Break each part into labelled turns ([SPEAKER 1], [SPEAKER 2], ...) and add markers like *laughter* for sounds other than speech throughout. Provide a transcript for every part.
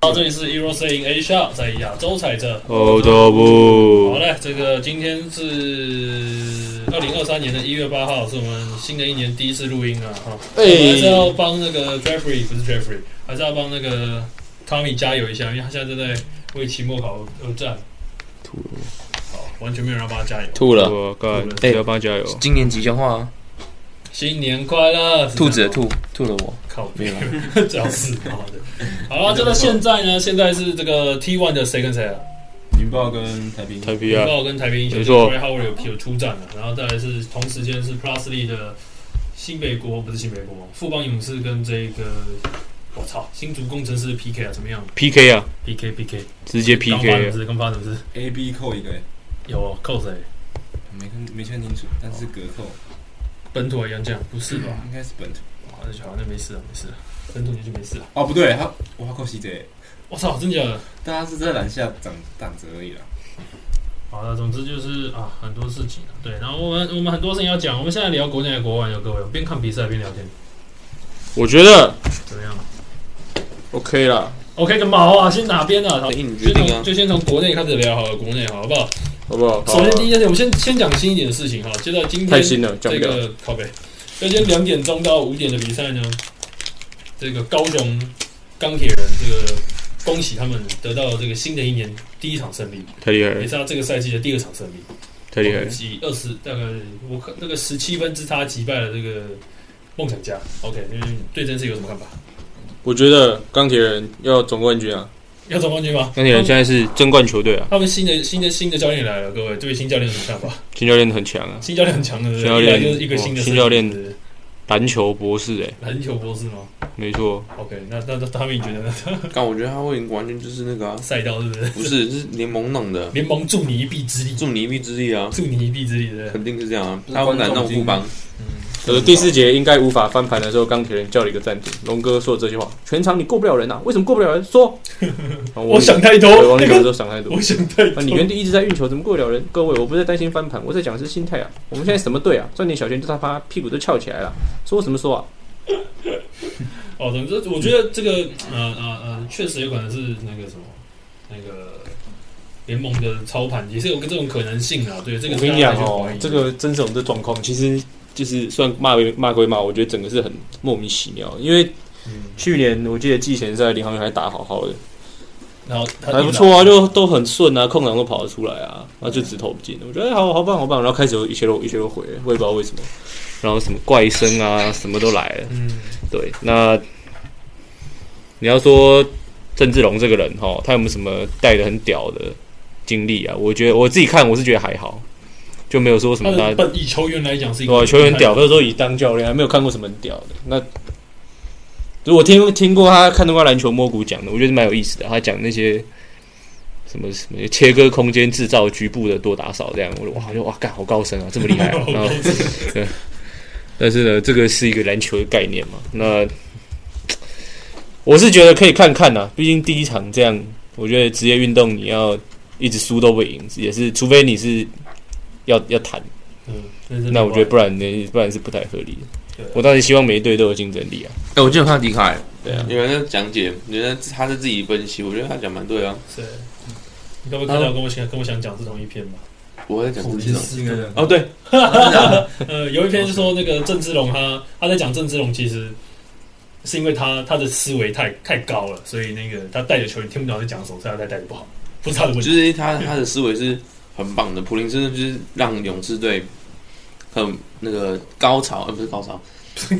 [SPEAKER 1] 好，这里是 Euro Stay in Asia，在亚洲踩着。
[SPEAKER 2] 欧洲
[SPEAKER 1] 好
[SPEAKER 2] 部，
[SPEAKER 1] 嘞，这个今天是二零二三年的一月八号，是我们新的一年第一次录音啊，哈、我
[SPEAKER 2] 哎
[SPEAKER 1] 们还是要帮那个 Jeffrey 不是 Jeffrey，还是要帮那个 Tommy 加油一下，因为他现在正在为期末考而战。
[SPEAKER 2] 吐了
[SPEAKER 1] 好，完全没有人要帮他加油。
[SPEAKER 3] 吐了。
[SPEAKER 2] 我干，
[SPEAKER 3] 哎
[SPEAKER 2] 要帮加油，
[SPEAKER 3] 今年吉祥话，
[SPEAKER 1] 新年快乐，
[SPEAKER 3] 兔子
[SPEAKER 1] 是
[SPEAKER 3] 的
[SPEAKER 1] 这样吗，
[SPEAKER 3] 啊兔，吐了我。
[SPEAKER 1] 靠
[SPEAKER 3] 没
[SPEAKER 1] 边 *laughs*
[SPEAKER 3] 有，
[SPEAKER 1] 屌丝。好的，好了，这个现在呢，现在是这个 T one 的谁跟谁啊？
[SPEAKER 4] 云豹跟台平，
[SPEAKER 2] 太皮
[SPEAKER 1] 云
[SPEAKER 2] 啊！
[SPEAKER 1] 豹跟台北英雄
[SPEAKER 2] 没错
[SPEAKER 1] r y Howard 有有出战了，然后再来是同时间是 Plus Lee 的新北国不是新北国，富邦勇士跟这个我操新竹工程师 PK 啊，怎么样
[SPEAKER 2] PK 啊，
[SPEAKER 1] ？PK PK
[SPEAKER 2] 直接
[SPEAKER 1] 刚发生
[SPEAKER 2] PK
[SPEAKER 1] 不
[SPEAKER 2] 啊！
[SPEAKER 1] 是刚发生不是
[SPEAKER 4] A B 扣一个、欸，
[SPEAKER 1] 有啊欸扣谁？
[SPEAKER 4] 没看没看清楚，但是隔扣
[SPEAKER 2] 哦
[SPEAKER 1] 本土还洋将不是吧？
[SPEAKER 4] 应该是本土。
[SPEAKER 1] 哇，那好像没事了，啊没事了，本土你就没事了。啊
[SPEAKER 4] 哦，不对，他我要扣西贼，
[SPEAKER 1] 我操，真假的？
[SPEAKER 4] 但他是在篮下挡挡着而已啦。
[SPEAKER 1] 好了，总之就是啊，很多事情啊，对，然后我们我们很多事情要讲，我们现在聊国内的国外的各位，我边看比赛边聊天，
[SPEAKER 2] 我觉得
[SPEAKER 1] 怎么样
[SPEAKER 2] OK 啦，
[SPEAKER 1] ？OK 个毛啊，先哪边啊？
[SPEAKER 3] 哎你决
[SPEAKER 1] 先
[SPEAKER 3] 定
[SPEAKER 1] 从
[SPEAKER 3] 啊？
[SPEAKER 1] 就先从国内开始聊好了，国内好好不好？
[SPEAKER 2] 好不好？好
[SPEAKER 1] 首
[SPEAKER 2] 啊
[SPEAKER 1] 先第一件事，我们先先讲新一点的事情哈，接到今
[SPEAKER 2] 太
[SPEAKER 1] 天
[SPEAKER 2] 新了，讲
[SPEAKER 1] 这
[SPEAKER 2] 不了。
[SPEAKER 1] 个靠北，那今天两点钟到五点的比赛呢，这个高雄钢铁人这个恭喜他们得到了这个新的一年第一场胜利，
[SPEAKER 2] 太厉害
[SPEAKER 1] 也
[SPEAKER 2] 了，
[SPEAKER 1] 是他这个赛季的第二场胜利，
[SPEAKER 2] 太厉害了！
[SPEAKER 1] 以二十大概我看这个十七分之差击败了这个梦想家。OK，嗯，对这件事有什么看法？
[SPEAKER 2] 我觉得钢铁人要总冠军啊！
[SPEAKER 1] 要总冠军吗？
[SPEAKER 2] 钢铁人
[SPEAKER 1] 他们
[SPEAKER 2] 现在是争冠球队啊，
[SPEAKER 1] 他们新的新的新的教练来了，各位对新教练有什么看法？
[SPEAKER 2] 新教练很强啊，
[SPEAKER 1] 新教练很强的，对不对
[SPEAKER 2] 新教练
[SPEAKER 1] 一来就是一个新的
[SPEAKER 2] 哦新教练
[SPEAKER 1] 设计师
[SPEAKER 2] 篮球博士哎、
[SPEAKER 1] 篮球博士吗
[SPEAKER 2] 没错，
[SPEAKER 1] ？OK，那那那他们觉得呢？
[SPEAKER 3] 但我觉得他会完全就是那个啊，
[SPEAKER 1] 赛道是不是 *laughs*
[SPEAKER 3] 不是，是联盟弄的，
[SPEAKER 1] 联盟助你一臂之力？
[SPEAKER 3] 助你一臂之力啊，
[SPEAKER 1] 助你一臂之力，对不对？
[SPEAKER 3] 肯定是这样啊。
[SPEAKER 4] 是
[SPEAKER 3] 他不敢
[SPEAKER 4] 观众
[SPEAKER 3] 弄
[SPEAKER 4] 经
[SPEAKER 3] 副帮，
[SPEAKER 2] 可是第四节应该无法翻盘的时候，钢铁人叫了一个暂停。龙哥说这句话：“全场你过不了人啊，为什么过不了人？ *laughs* 说。哦然后王力
[SPEAKER 1] 我想太多
[SPEAKER 2] 对，王力宏都想太多
[SPEAKER 1] 我。想太
[SPEAKER 2] 啊，
[SPEAKER 1] 多。
[SPEAKER 2] 你原地一直在运球，怎么过得了人？各位，我不是在担心翻盘，我在讲的是心态啊。我们现在什么队啊？赚点小钱就他妈屁股都翘起来了，说什么说啊？
[SPEAKER 1] 哦，总之我觉得这个呃呃呃，确实有可能是那个什么那个联盟的操盘，也是有个这种可能性啊。对，这个
[SPEAKER 2] 我
[SPEAKER 1] 是
[SPEAKER 2] 跟你
[SPEAKER 1] 大
[SPEAKER 2] 讲
[SPEAKER 1] 家去
[SPEAKER 2] 哦
[SPEAKER 1] 怀疑，
[SPEAKER 2] 这个真是我们的状况，其实就是算骂归骂归骂，我觉得整个是很莫名其妙。因为
[SPEAKER 1] 嗯，
[SPEAKER 2] 去年我记得季前赛领航员还打好好的，
[SPEAKER 1] 然后他
[SPEAKER 2] 还不错啊，就都很顺啊，空档都跑得出来啊，然后就只投不进。我觉得、哎好好棒好棒，然后开始有一些都一些都回，我也不知道为什么，然后什么怪声啊，什么都来了。
[SPEAKER 1] 嗯，
[SPEAKER 2] 对，那你要说郑志龙这个人哈，他有没有什么带的很屌的经历啊？我觉得我自己看，我是觉得还好，就没有说什
[SPEAKER 1] 他
[SPEAKER 2] 么
[SPEAKER 1] 的
[SPEAKER 2] 他
[SPEAKER 1] 本以球员来讲是一
[SPEAKER 2] 对、
[SPEAKER 1] 个
[SPEAKER 2] 啊、球员屌，，或者说以当教练，还没有看过什么很屌的。那如果听听过他看到过篮球摸骨讲的，我觉得蛮有意思的。他讲那些什么什么切割空间、制造局部的多打少这样，我就哇我就哇干好高深啊，这么厉害、
[SPEAKER 1] *laughs*
[SPEAKER 2] 啊。然后但是呢，这个是一个篮球的概念嘛。那我是觉得可以看看呐、啊毕竟第一场这样，我觉得职业运动你要一直输都不赢，也是除非你是要要谈，
[SPEAKER 1] 嗯，但是
[SPEAKER 2] 那我觉得不然呢，不然是不太合理
[SPEAKER 1] 对
[SPEAKER 2] 的。我当然希望每一队都有竞争力啊。
[SPEAKER 3] 哎，我今天有看到迪卡，哎
[SPEAKER 2] 对啊，
[SPEAKER 3] 有人在讲解，人家他在自己分析，我觉得他讲蛮对啊。
[SPEAKER 1] 是，你该不会看到跟我想跟我想讲是同一篇吧？
[SPEAKER 3] 我在讲自己
[SPEAKER 1] 是
[SPEAKER 4] 应该这样
[SPEAKER 3] 哦，对，
[SPEAKER 1] 呃，有一篇是说那个郑芝龙他他在讲郑芝龙，其实是因为他他的思维太太高了，所以那个他带着球员听不懂他在讲什么，所以他才带的不好，不是他的问
[SPEAKER 3] 就
[SPEAKER 1] 题。
[SPEAKER 3] 是他他的思维是很棒的，普林真的就是让勇士队很那个高潮，呃，不是高潮，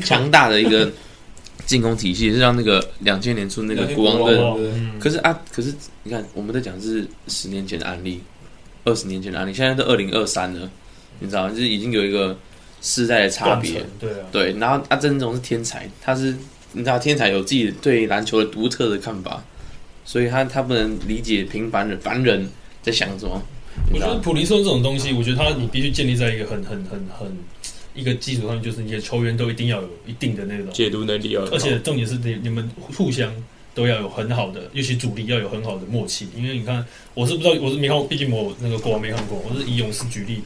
[SPEAKER 3] 强大的一个进攻体系，是让那个两千年初那个国王
[SPEAKER 4] 2000年
[SPEAKER 3] 队
[SPEAKER 4] 国王。
[SPEAKER 1] 嗯，
[SPEAKER 3] 可是啊，可是你看，我们在讲的是十年前的案例，二十年前的案例，现在都二零二三了，你知道吗，就是已经有一个世代的差
[SPEAKER 1] 断
[SPEAKER 3] 别
[SPEAKER 1] 层。对啊，
[SPEAKER 3] 对，然后阿珍总是天才，他是你知道天才有自己对篮球的独特的看法，所以他他不能理解平凡人凡人在想什么，
[SPEAKER 1] 我
[SPEAKER 3] 你
[SPEAKER 1] 觉
[SPEAKER 3] 知道
[SPEAKER 1] 得
[SPEAKER 3] 吗？
[SPEAKER 1] 普林斯顿这种东西，我觉得它你必须建立在一个很很很很一个基础上面，就是你的球员都一定要有一定的那种，
[SPEAKER 2] 解读能力要很好，
[SPEAKER 1] 而且重点是你你们互相都要有很好的，尤其主力要有很好的默契。因为你看，我是不知道，我是没看过，毕竟我那个国王没看过，我是以勇士举例。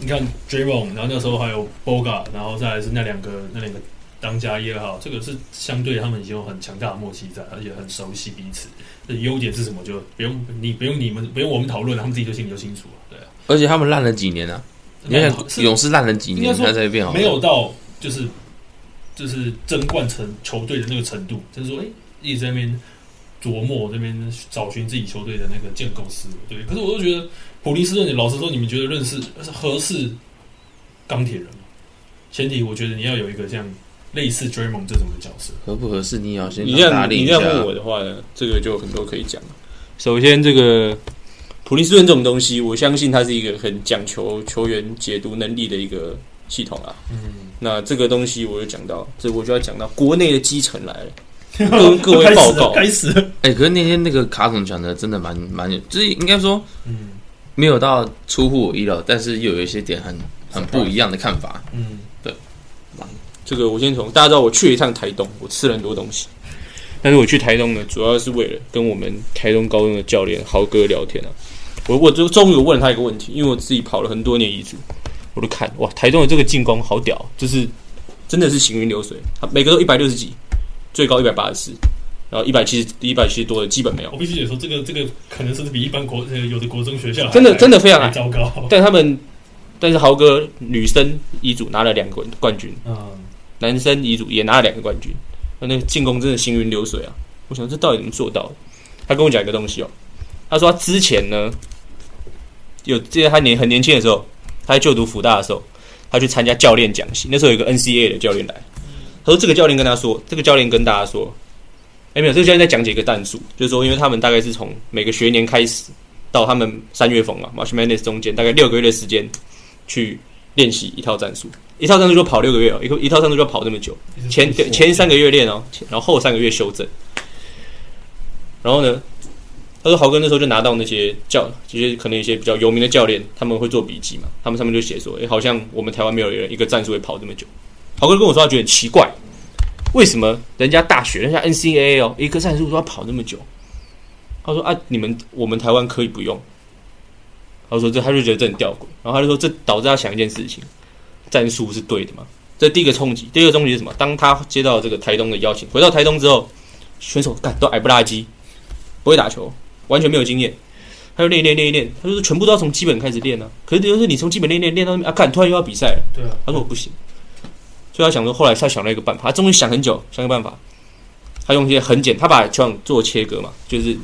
[SPEAKER 1] 你看 d r a m o n 然后那时候还有 Boga，然后再来是那两个那两个当家一二号，这个是相对他们已经有很强大的默契在，而且很熟悉彼此。这优点是什么就不用你不用你们不用我们讨论，他们自己就心里就清楚了。对啊，
[SPEAKER 3] 而且他们烂了几年啊？你想
[SPEAKER 1] 是
[SPEAKER 3] 勇士烂了几
[SPEAKER 1] 应
[SPEAKER 3] 年，
[SPEAKER 1] 该说
[SPEAKER 3] 他才变好？
[SPEAKER 1] 没有，到就是就是争冠成球队的那个程度，就是说，哎、一直在那边琢磨，这边找寻自己球队的那个建构思路。对，可是我都觉得普利斯顿，老实说，你们觉得认识合适钢铁人吗？前提我觉得你要有一个像类似 Draymond 这种的角色。
[SPEAKER 3] 合不合适？你也要先啊
[SPEAKER 2] 你这
[SPEAKER 3] 打
[SPEAKER 2] 样
[SPEAKER 3] 理
[SPEAKER 2] 你
[SPEAKER 3] 一
[SPEAKER 2] 这
[SPEAKER 3] 下
[SPEAKER 2] 样。问我的话呢，这个就有很多可以讲。首先，这个普利斯顿这种东西，我相信它是一个很讲求球员解读能力的一个系统啊。
[SPEAKER 1] 嗯，
[SPEAKER 2] 那这个东西我就讲到，这我就要讲到国内的基层来
[SPEAKER 1] *laughs*
[SPEAKER 2] 了，跟各位报告
[SPEAKER 1] 开始了，开始了
[SPEAKER 3] 哎、可是那天那个卡总讲的真的蛮蛮，就是应该说
[SPEAKER 1] 嗯
[SPEAKER 3] 没有到出乎我意料，但是又有一些点很很不一样的看法。
[SPEAKER 1] 嗯，
[SPEAKER 2] 这个我先从大家知道，我去了一趟台东，我吃了很多东西。但是我去台东呢，主要是为了跟我们台东高中的教练豪哥聊天啊。我我就终于问了他一个问题，因为我自己跑了很多年乙组，我就看哇，台东的这个进攻好屌，就是真的是行云流水，他每个都一百六十几，最高一百八十四，然后一百七十一百七十多的基本没有
[SPEAKER 1] 我，必须得说，这个这个可能甚至比一般国呃有的国中学校还
[SPEAKER 2] 真的真的非常
[SPEAKER 1] 还
[SPEAKER 2] 矮。
[SPEAKER 1] 糟糕。
[SPEAKER 2] 但他们但是豪哥女生乙组拿了两个冠军，
[SPEAKER 1] 嗯，
[SPEAKER 2] 男生乙组也拿了两个冠军，那那个进攻真的行云流水啊！我想这到底怎么做到的？他跟我讲一个东西哦，他说他之前呢，有记得他年很年轻的时候，他在就读福大的时候，他去参加教练讲习，那时候有一个 NCAA 的教练来，他说这个教练跟他说，这个教练跟大家说，哎没有，这个教练在讲解一个战术，就是说因为他们大概是从每个学年开始到他们三月份嘛 m a r c h m a n e s 中间大概六个月的时间去练习一套战术，一套战术就跑六个月哦，一个一套战术就要跑这么久。
[SPEAKER 1] 嗯
[SPEAKER 2] 前前三个月练哦，前然后后三个月修正。然后呢，他说豪哥那时候就拿到那些教，这些可能一些比较有名的教练，他们会做笔记嘛，他们上面就写说，诶，好像我们台湾没有人一个战术会跑这么久。豪哥跟我说他觉得很奇怪，为什么人家大学人家 NCAA 哦，一个战术说要跑那么久？他说啊，你们我们台湾可以不用。他说这他就觉得这很吊诡，然后他就说这导致他想一件事情，战术是对的嘛？这第一个冲击，第二个冲击是什么？当他接到这个台东的邀请，回到台东之后，选手干都矮不拉几，不会打球，完全没有经验，他就练一练练一练，他就是全部都要从基本开始练啊。可是就是你从基本练一练练到那边啊，干突然又要比赛了，
[SPEAKER 1] 对啊，
[SPEAKER 2] 他说我不行，所以他想说，后来他想了一个办法，他终于想很久，想一个办法，他用一些很简，他把球场做切割嘛，就是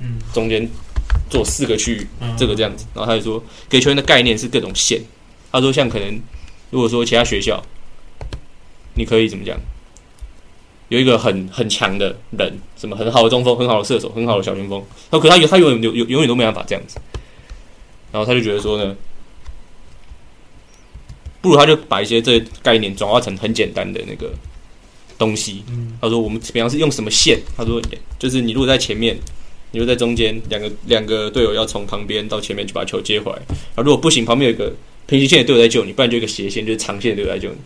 [SPEAKER 1] 嗯，
[SPEAKER 2] 中间做四个区域，
[SPEAKER 1] 嗯
[SPEAKER 2] 这个这样子。然后他就说，给球员的概念是各种线。他说，像可能如果说其他学校，你可以怎么讲，有一个很很强的人，什么很好的中锋、很好的射手、很好的小前锋，那可他有他永远有有永远都没办法这样子。然后他就觉得说呢，不如他就把一些这些概念转化成很简单的那个东西。
[SPEAKER 1] 嗯
[SPEAKER 2] 他说我们比方是用什么线？他说就是你如果在前面，你就在中间，两个两个队友要从旁边到前面去把球接回来。然后如果不行，旁边有一个平行线的队友在救你，不然就一个斜线，就是长线的队友在救你。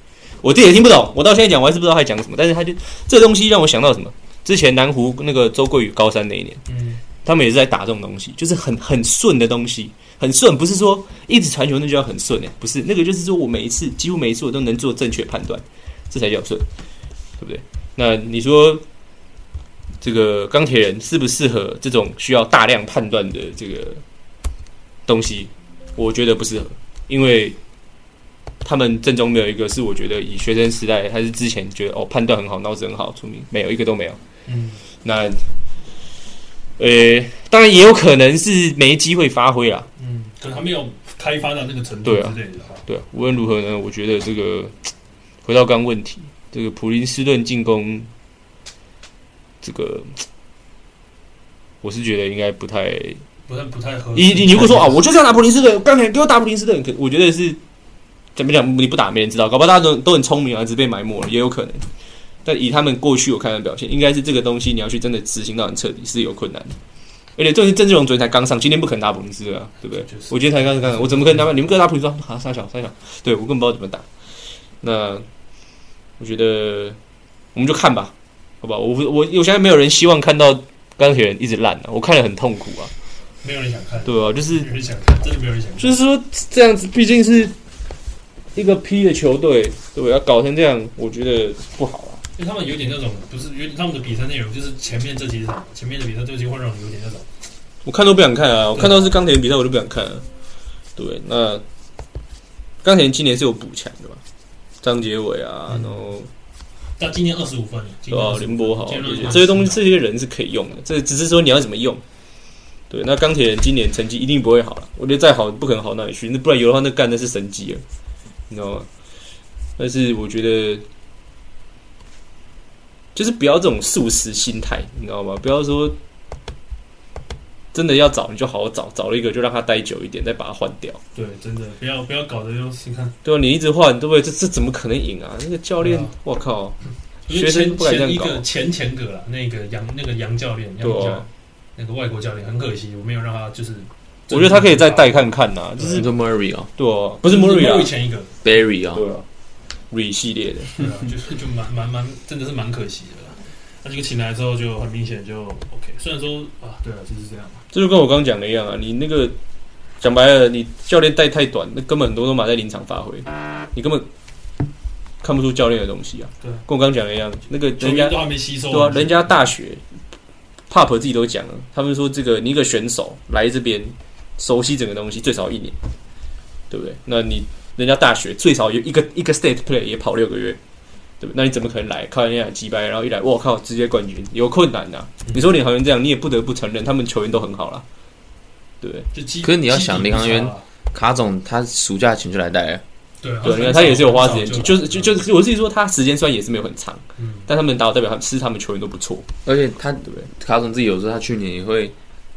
[SPEAKER 2] 我自己也听不懂，我到现在讲我还是不知道他在讲什么，但是他就这东西让我想到什么？之前南湖那个周桂宇高三那一年，
[SPEAKER 1] 嗯，
[SPEAKER 2] 他们也是在打这种东西，就是很很顺的东西，很顺，不是说一直传球那就要很顺哎、不是那个就是说我每一次几乎每一次我都能做正确判断，这才叫顺，对不对？那你说这个钢铁人适不适合这种需要大量判断的这个东西？我觉得不适合，因为他们正中没有一个是我觉得以学生时代还是之前觉得哦判断很好，脑子很好出名，没有一个都没有。
[SPEAKER 1] 嗯，
[SPEAKER 2] 那呃，当然也有可能是没机会发挥啦。
[SPEAKER 1] 嗯，可能还没有开发到那个程度
[SPEAKER 2] 对
[SPEAKER 1] 之
[SPEAKER 2] 啊
[SPEAKER 1] 类的话，
[SPEAKER 2] 对啊，无论如何呢，我觉得这个回到刚刚问题，这个普林斯顿进攻，这个我是觉得应该不太。
[SPEAKER 1] 不太不太合适。
[SPEAKER 2] 你你如果说啊，我就是要拿普林斯顿，钢铁给我打普林斯顿，可我觉得是怎么讲？你不打没人知道，搞不好大家都都很聪明啊，只是被埋没了，也有可能。但以他们过去我看的表现，应该是这个东西你要去真的执行到很彻底是有困难的。而且这郑志龙昨天才刚上，今天不肯打普林斯啊，对不对？
[SPEAKER 3] 就是
[SPEAKER 2] 我今天才刚刚，我怎么可能打败？你们各打普林斯啊？啊，三小三小，对我根本不知道怎么打。那我觉得我们就看吧，好吧？我不我我相信没有人希望看到钢铁人一直烂啊，我看了很痛苦啊，
[SPEAKER 1] 没有人想看，
[SPEAKER 2] 对啊，就是
[SPEAKER 1] 没有人想看，真的没有人想看。
[SPEAKER 2] 就是说这样子，毕竟是一个 P 的球队，对不对？要搞成这样，我觉得不好啊。
[SPEAKER 1] 因为他们有点那种，不是有点他们的比赛内容，就是前面这几场，前面的比赛就已经会让你有点那种，
[SPEAKER 2] 我看都不想看啊！我看到是钢铁人比赛，我就不想看了。对，那钢铁人今年是有补强的吧？张杰伟啊，
[SPEAKER 1] 嗯
[SPEAKER 2] 然后
[SPEAKER 1] 但今年二十五分了，今
[SPEAKER 2] 对
[SPEAKER 1] 年
[SPEAKER 2] 啊，
[SPEAKER 1] 25
[SPEAKER 2] 林柏豪
[SPEAKER 1] 今
[SPEAKER 2] 这
[SPEAKER 1] 年
[SPEAKER 2] 些
[SPEAKER 1] 25
[SPEAKER 2] 这些东西，这些人是可以用的，这只是说你要怎么用。对，那钢铁人今年成绩一定不会好了，我觉得再好不可能好到哪里去，那不然有的话那干的是神迹了，你知道吗？但是我觉得就是不要这种素食心态，你知道吗？不要说真的要找你就好好找，找了一个就让他待久一点，再把它换掉。
[SPEAKER 1] 对，真的不要不要搞得就是看，
[SPEAKER 2] 对啊，你一直换，对不对？这这怎么可能赢啊？那个教练
[SPEAKER 1] 对啊，
[SPEAKER 2] 我、靠，
[SPEAKER 1] 因为
[SPEAKER 2] 学生
[SPEAKER 1] 前
[SPEAKER 2] 不敢这
[SPEAKER 1] 前一
[SPEAKER 2] 样搞
[SPEAKER 1] 个前前个啦，那个杨那个杨教练，杨
[SPEAKER 2] 对啊
[SPEAKER 1] 教练那个外国教练，很可惜我没有让他就是，
[SPEAKER 2] 我觉得他可以再带，看看呐、啊就
[SPEAKER 1] 对
[SPEAKER 2] 是
[SPEAKER 3] 你说 Murray 哦
[SPEAKER 2] 对啊、不是莫瑞啊，
[SPEAKER 1] 前一个，
[SPEAKER 3] ，Barry 哦，
[SPEAKER 2] 对啊，Re 系列的，
[SPEAKER 1] *laughs* 对啊，就是就蛮蛮蛮，真的是蛮可惜的啦。那这个请来之后就很明显就 OK，虽然说啊，对啊，就是这样嘛，
[SPEAKER 2] 这就跟我刚刚讲的一样啊，你那个讲白了，你教练带太短，那根本很多都马在临场发挥，你根本看不出教练的东西啊。
[SPEAKER 1] 对啊
[SPEAKER 2] 跟我刚刚讲的一样，那个
[SPEAKER 1] 球
[SPEAKER 2] 人家
[SPEAKER 1] 员都还没吸收，
[SPEAKER 2] 对啊，人家大学 Pop 自己都讲了，他们说这个你一个选手来这边熟悉整个东西最少一年，对不对？那你人家大学最少有一个一个 state play 也跑六个月，对不对？那你怎么可能来靠人家击败，然后一来我靠直接冠军，有困难呐、你说领航员这样，你也不得不承认他们球员都很好啦，对不对？
[SPEAKER 1] 就基，
[SPEAKER 3] 可是你要想
[SPEAKER 1] 基底
[SPEAKER 3] 林航
[SPEAKER 1] 不
[SPEAKER 3] 员
[SPEAKER 1] 差啦
[SPEAKER 3] 卡总他暑假前就来带了，
[SPEAKER 1] 对啊
[SPEAKER 2] 对，你看他也是有花时间，
[SPEAKER 1] 很少
[SPEAKER 2] 就是就就是我自己说他时间虽然也是没有很长，
[SPEAKER 1] 嗯
[SPEAKER 2] 但他们打我代表他们是他们球员都不错，
[SPEAKER 3] 而且他
[SPEAKER 2] 对不对？
[SPEAKER 3] 卡总自己有时候他去年也会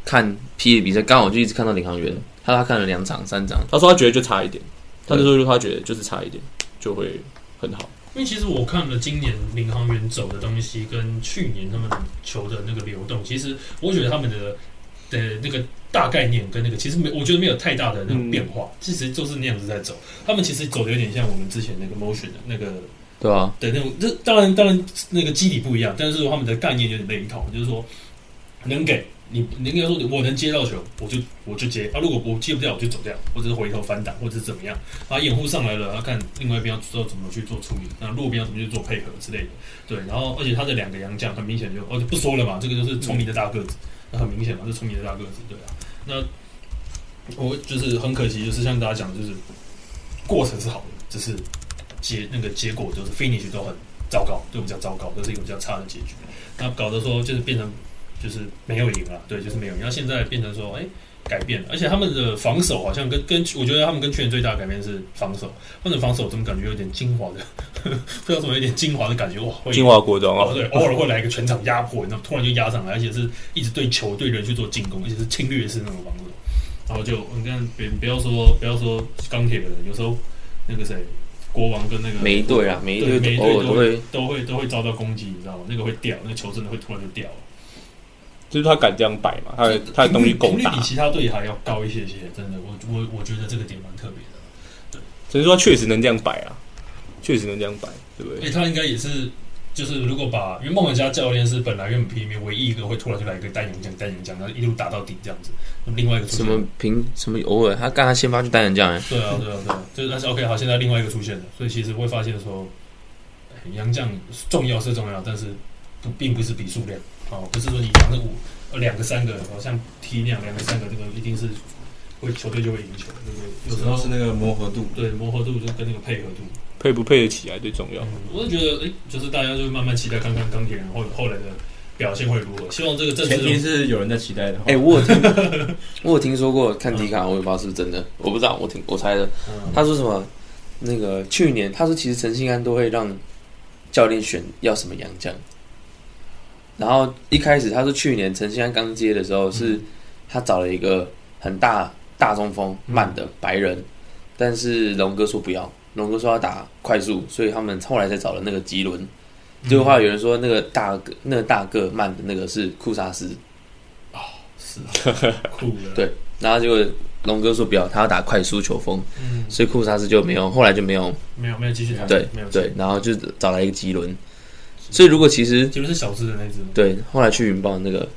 [SPEAKER 3] 看 P 的比赛，刚好就一直看到领航员，他他看了两场三场，
[SPEAKER 2] 他说他觉得就差一点，他那时候就他觉得就是差一点就会很好。
[SPEAKER 1] 因为其实我看了今年领航员走的东西，跟去年他们球的那个流动，其实我觉得他们的的那个大概念跟那个其实没，我觉得没有太大的那种
[SPEAKER 2] 嗯
[SPEAKER 1] 变化，其实就是那样子在走。他们其实走的有点像我们之前那个 motion 的那个
[SPEAKER 3] 对啊，
[SPEAKER 1] 的那种，这当然当然那个基底不一样，但是说他们的概念有点类同，就是说能给你，你应该说我能接到球，我就我就接啊，如果我接不掉，我就走掉，或者是回头反挡，或者是怎么样，把掩护上来了，要看另外一边要知道怎么去做处理，那路边要怎么去做配合之类的，对，然后而且他的两个洋将很明显就哦就不说了嘛，这个就是聪明的大个子，那很明显嘛，是聪明的大个子，对啊，那我就是很可惜，就是像大家讲，的，就是过程是好的，只是结那个结果就是 finish 都很糟糕，对我们讲糟糕，这是一个比较差的结局。那搞得说就是变成就是没有赢了，对，就是没有赢。那现在变成说，哎、改变了，而且他们的防守好像跟跟我觉得他们跟去年最大的改变是防守，他们的防守怎么感觉有点精华的， *laughs* 不知道怎么有点精华的感觉哇，会
[SPEAKER 2] 金华国中
[SPEAKER 1] 哦，
[SPEAKER 2] 啊，
[SPEAKER 1] 对，偶尔会来一个全场压迫，然后突然就压上来，而且是一直对球对人去做进攻，而且是侵略式那种防守。然后就你看，别不要说不要说钢铁人，有时候那个谁，国王跟那个
[SPEAKER 3] 每一队啊，每一
[SPEAKER 1] 对每
[SPEAKER 3] 队
[SPEAKER 1] 一
[SPEAKER 3] 都
[SPEAKER 1] 队
[SPEAKER 3] 偶尔都会，
[SPEAKER 1] 都会都会遭到攻击，你知道吗？那个会掉，那个球真的会突然就掉了。
[SPEAKER 2] 就是他敢这样摆嘛，他的他的东西够
[SPEAKER 1] 频率
[SPEAKER 2] 大
[SPEAKER 1] 比，其他队还要高一些些，真的，我我我觉得这个点蛮特别的。
[SPEAKER 2] 只是说他确实能这样摆啊，确实能这样摆，对不
[SPEAKER 1] 而且
[SPEAKER 2] 对？
[SPEAKER 1] 他应该也是，就是如果把因为梦想家教练是本来原本 P 里面唯一一个会突然就来一个单人将单人将，然后一路打到底这样子，那么另外一个出
[SPEAKER 3] 什
[SPEAKER 1] 现
[SPEAKER 3] 么平什么偶尔他刚他先发去单人将哎，
[SPEAKER 1] 对啊，对啊，对啊，就是但是 OK 好，现在另外一个出现了，所以其实会发现说，哎洋将重要是重要，但是不并不是比数量哦，不是说你养了五呃两个三个，好、像踢那样两个三个，这个一定是会球队就会赢球，对不对？有时
[SPEAKER 4] 主
[SPEAKER 1] 候
[SPEAKER 4] 要
[SPEAKER 1] 是
[SPEAKER 4] 是那个磨合度，
[SPEAKER 1] 对磨合度就跟那个配合度，
[SPEAKER 2] 配不配得起来最重要
[SPEAKER 1] 嗯。，我是觉得哎，就是大家就慢慢期待看看钢铁人后后来的表现会如何，希望这个正
[SPEAKER 4] 前提
[SPEAKER 1] 式
[SPEAKER 4] 是有人在期待的哦话。
[SPEAKER 1] *laughs*
[SPEAKER 3] 哎、我有听，我有听说过看迪卡，我也不知道是不是真的，我不知道，我听我猜的。
[SPEAKER 1] 嗯
[SPEAKER 3] 他说什么？那个去年他说，其实陈信安都会让教练选要什么洋将。然后一开始他说，去年陈信安刚接的时候是，他找了一个很大大中锋
[SPEAKER 1] 嗯
[SPEAKER 3] 慢的白人，但是龙哥说不要，龙哥说要打快速，所以他们后来才找了那个吉伦。
[SPEAKER 1] 嗯
[SPEAKER 3] 结果后来有人说，那个大个那个大个慢的那个是库萨斯，
[SPEAKER 1] 啊
[SPEAKER 4] 是酷了。
[SPEAKER 3] 对然后结果龙哥说不要，他要打快速球风，
[SPEAKER 5] 嗯，
[SPEAKER 3] 所以库萨斯就没有，后来就没有
[SPEAKER 5] 没有没有继续打，
[SPEAKER 3] 对
[SPEAKER 5] 没有继续
[SPEAKER 3] 对，，然后就找来一个吉伦。所以如果其实
[SPEAKER 5] 结果是小只的那只吗？
[SPEAKER 3] 对后来去云豹那个，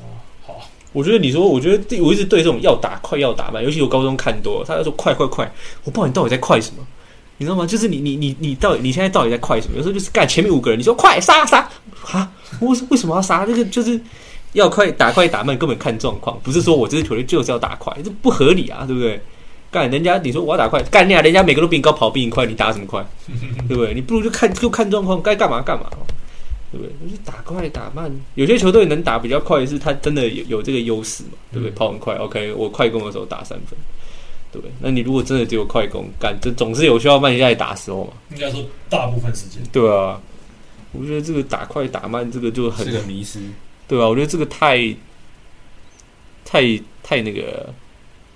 [SPEAKER 5] 好，
[SPEAKER 2] 我觉得你说，我觉得我一直对这种要打快要打慢，尤其我高中看多了，他就说快快快，我不知道你到底在快什么，你知道吗？就是你你你你到底你现在到底在快什么？有时候就是干前面五个人，你说快杀杀啊，我是为什么要杀？这个就是要快打快打慢，根本看状况，不是说我这支球队就是要打快，这不合理啊，对不对？干人家你说我要打快，干你啊，人家每个都比你高跑比你快，你打什么快？对不对？你不如就看就看状况，该干嘛干嘛。对不对？就是打快打慢，有些球队能打比较快，是他真的有有这个优势嘛，对不对？
[SPEAKER 5] 嗯
[SPEAKER 2] 跑很快，OK，我快攻的时候打三分，对不对？那你如果真的只有快攻，干这总是有需要慢下来打的时候嘛，
[SPEAKER 5] 应该说大部分时间
[SPEAKER 2] 对啊。我觉得这个打快打慢，这个就很
[SPEAKER 4] 是个迷失，
[SPEAKER 2] 对啊吧、我觉得这个太太太那个，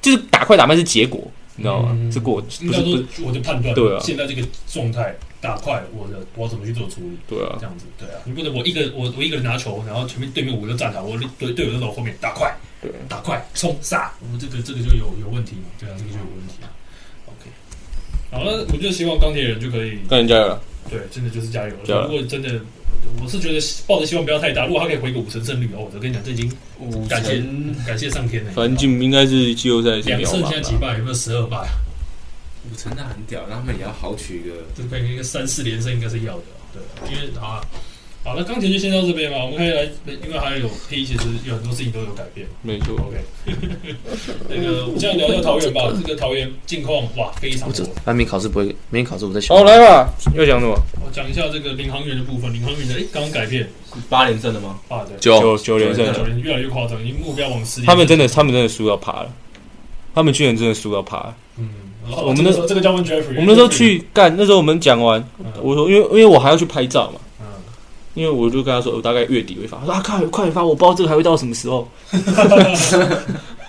[SPEAKER 2] 就是打快打慢是结果，你知道吗？
[SPEAKER 5] 嗯
[SPEAKER 2] 是过
[SPEAKER 1] 应
[SPEAKER 2] 不
[SPEAKER 1] 该
[SPEAKER 2] 是不
[SPEAKER 1] 说
[SPEAKER 2] 是，
[SPEAKER 1] 我的判断，
[SPEAKER 2] 对啊
[SPEAKER 1] 现在这个状态打快，我的我要怎么去做处理？
[SPEAKER 2] 对啊
[SPEAKER 1] 这，样子，对啊，你不能我一个我我一个人拿球，然后前面对面五个人站好，我对队友都在我后面打快，
[SPEAKER 2] 对
[SPEAKER 1] 打快冲杀，我们这个这个就有有问题嘛，对啊，这个就有问题嘛，OK。好了，我就希望钢铁人就可以，
[SPEAKER 2] 干人家了，
[SPEAKER 1] 对，真的就是加油。
[SPEAKER 2] 加油
[SPEAKER 1] 如果真的，我是觉得抱着希望不要太大，如果他可以回个五成胜率哦，我跟你讲，这已经
[SPEAKER 4] 五
[SPEAKER 1] 感谢
[SPEAKER 4] 成
[SPEAKER 1] 感谢上天了。
[SPEAKER 2] 反正进应该是季后赛先
[SPEAKER 1] 两
[SPEAKER 2] 聊
[SPEAKER 1] 胜
[SPEAKER 2] 吧
[SPEAKER 1] 现在。几败？有没有十二败？
[SPEAKER 4] 五成那很屌，然后他们也要豪取一个
[SPEAKER 1] 这个一个三四连胜应该是要的，对，因为啊，好，那钢琴就先到这边吧，我们可以来，因为还有 P，其实有很多事情都有改变。
[SPEAKER 2] 没错，
[SPEAKER 1] OK，那个我们现在聊聊桃园吧，这个桃园近况哇非常
[SPEAKER 3] 我只
[SPEAKER 1] 多。
[SPEAKER 3] 他明天考试不会，明天考试我在想。
[SPEAKER 2] 好哦来吧，要讲什么？
[SPEAKER 1] 我讲一下这个领航员的部分，领航员的哎刚刚改变
[SPEAKER 4] 八连胜的吗？
[SPEAKER 1] 啊，对，
[SPEAKER 3] 九，
[SPEAKER 2] 九九连胜
[SPEAKER 4] 对，
[SPEAKER 1] 九人越来越夸张，已经目标往十。
[SPEAKER 2] 他们真的，他们真的输到怕了，他们居然真的输到怕了。
[SPEAKER 1] 嗯，我们那时候这个叫问 Jeffrey，
[SPEAKER 2] 我们那时候，去干，那时候我们讲完，我说因为因为我还要去拍照嘛，
[SPEAKER 1] 嗯，
[SPEAKER 2] 因为我就跟他说我大概月底会发，他说啊快快点发，我不知道这个还会到什么
[SPEAKER 1] *laughs*
[SPEAKER 2] 时候。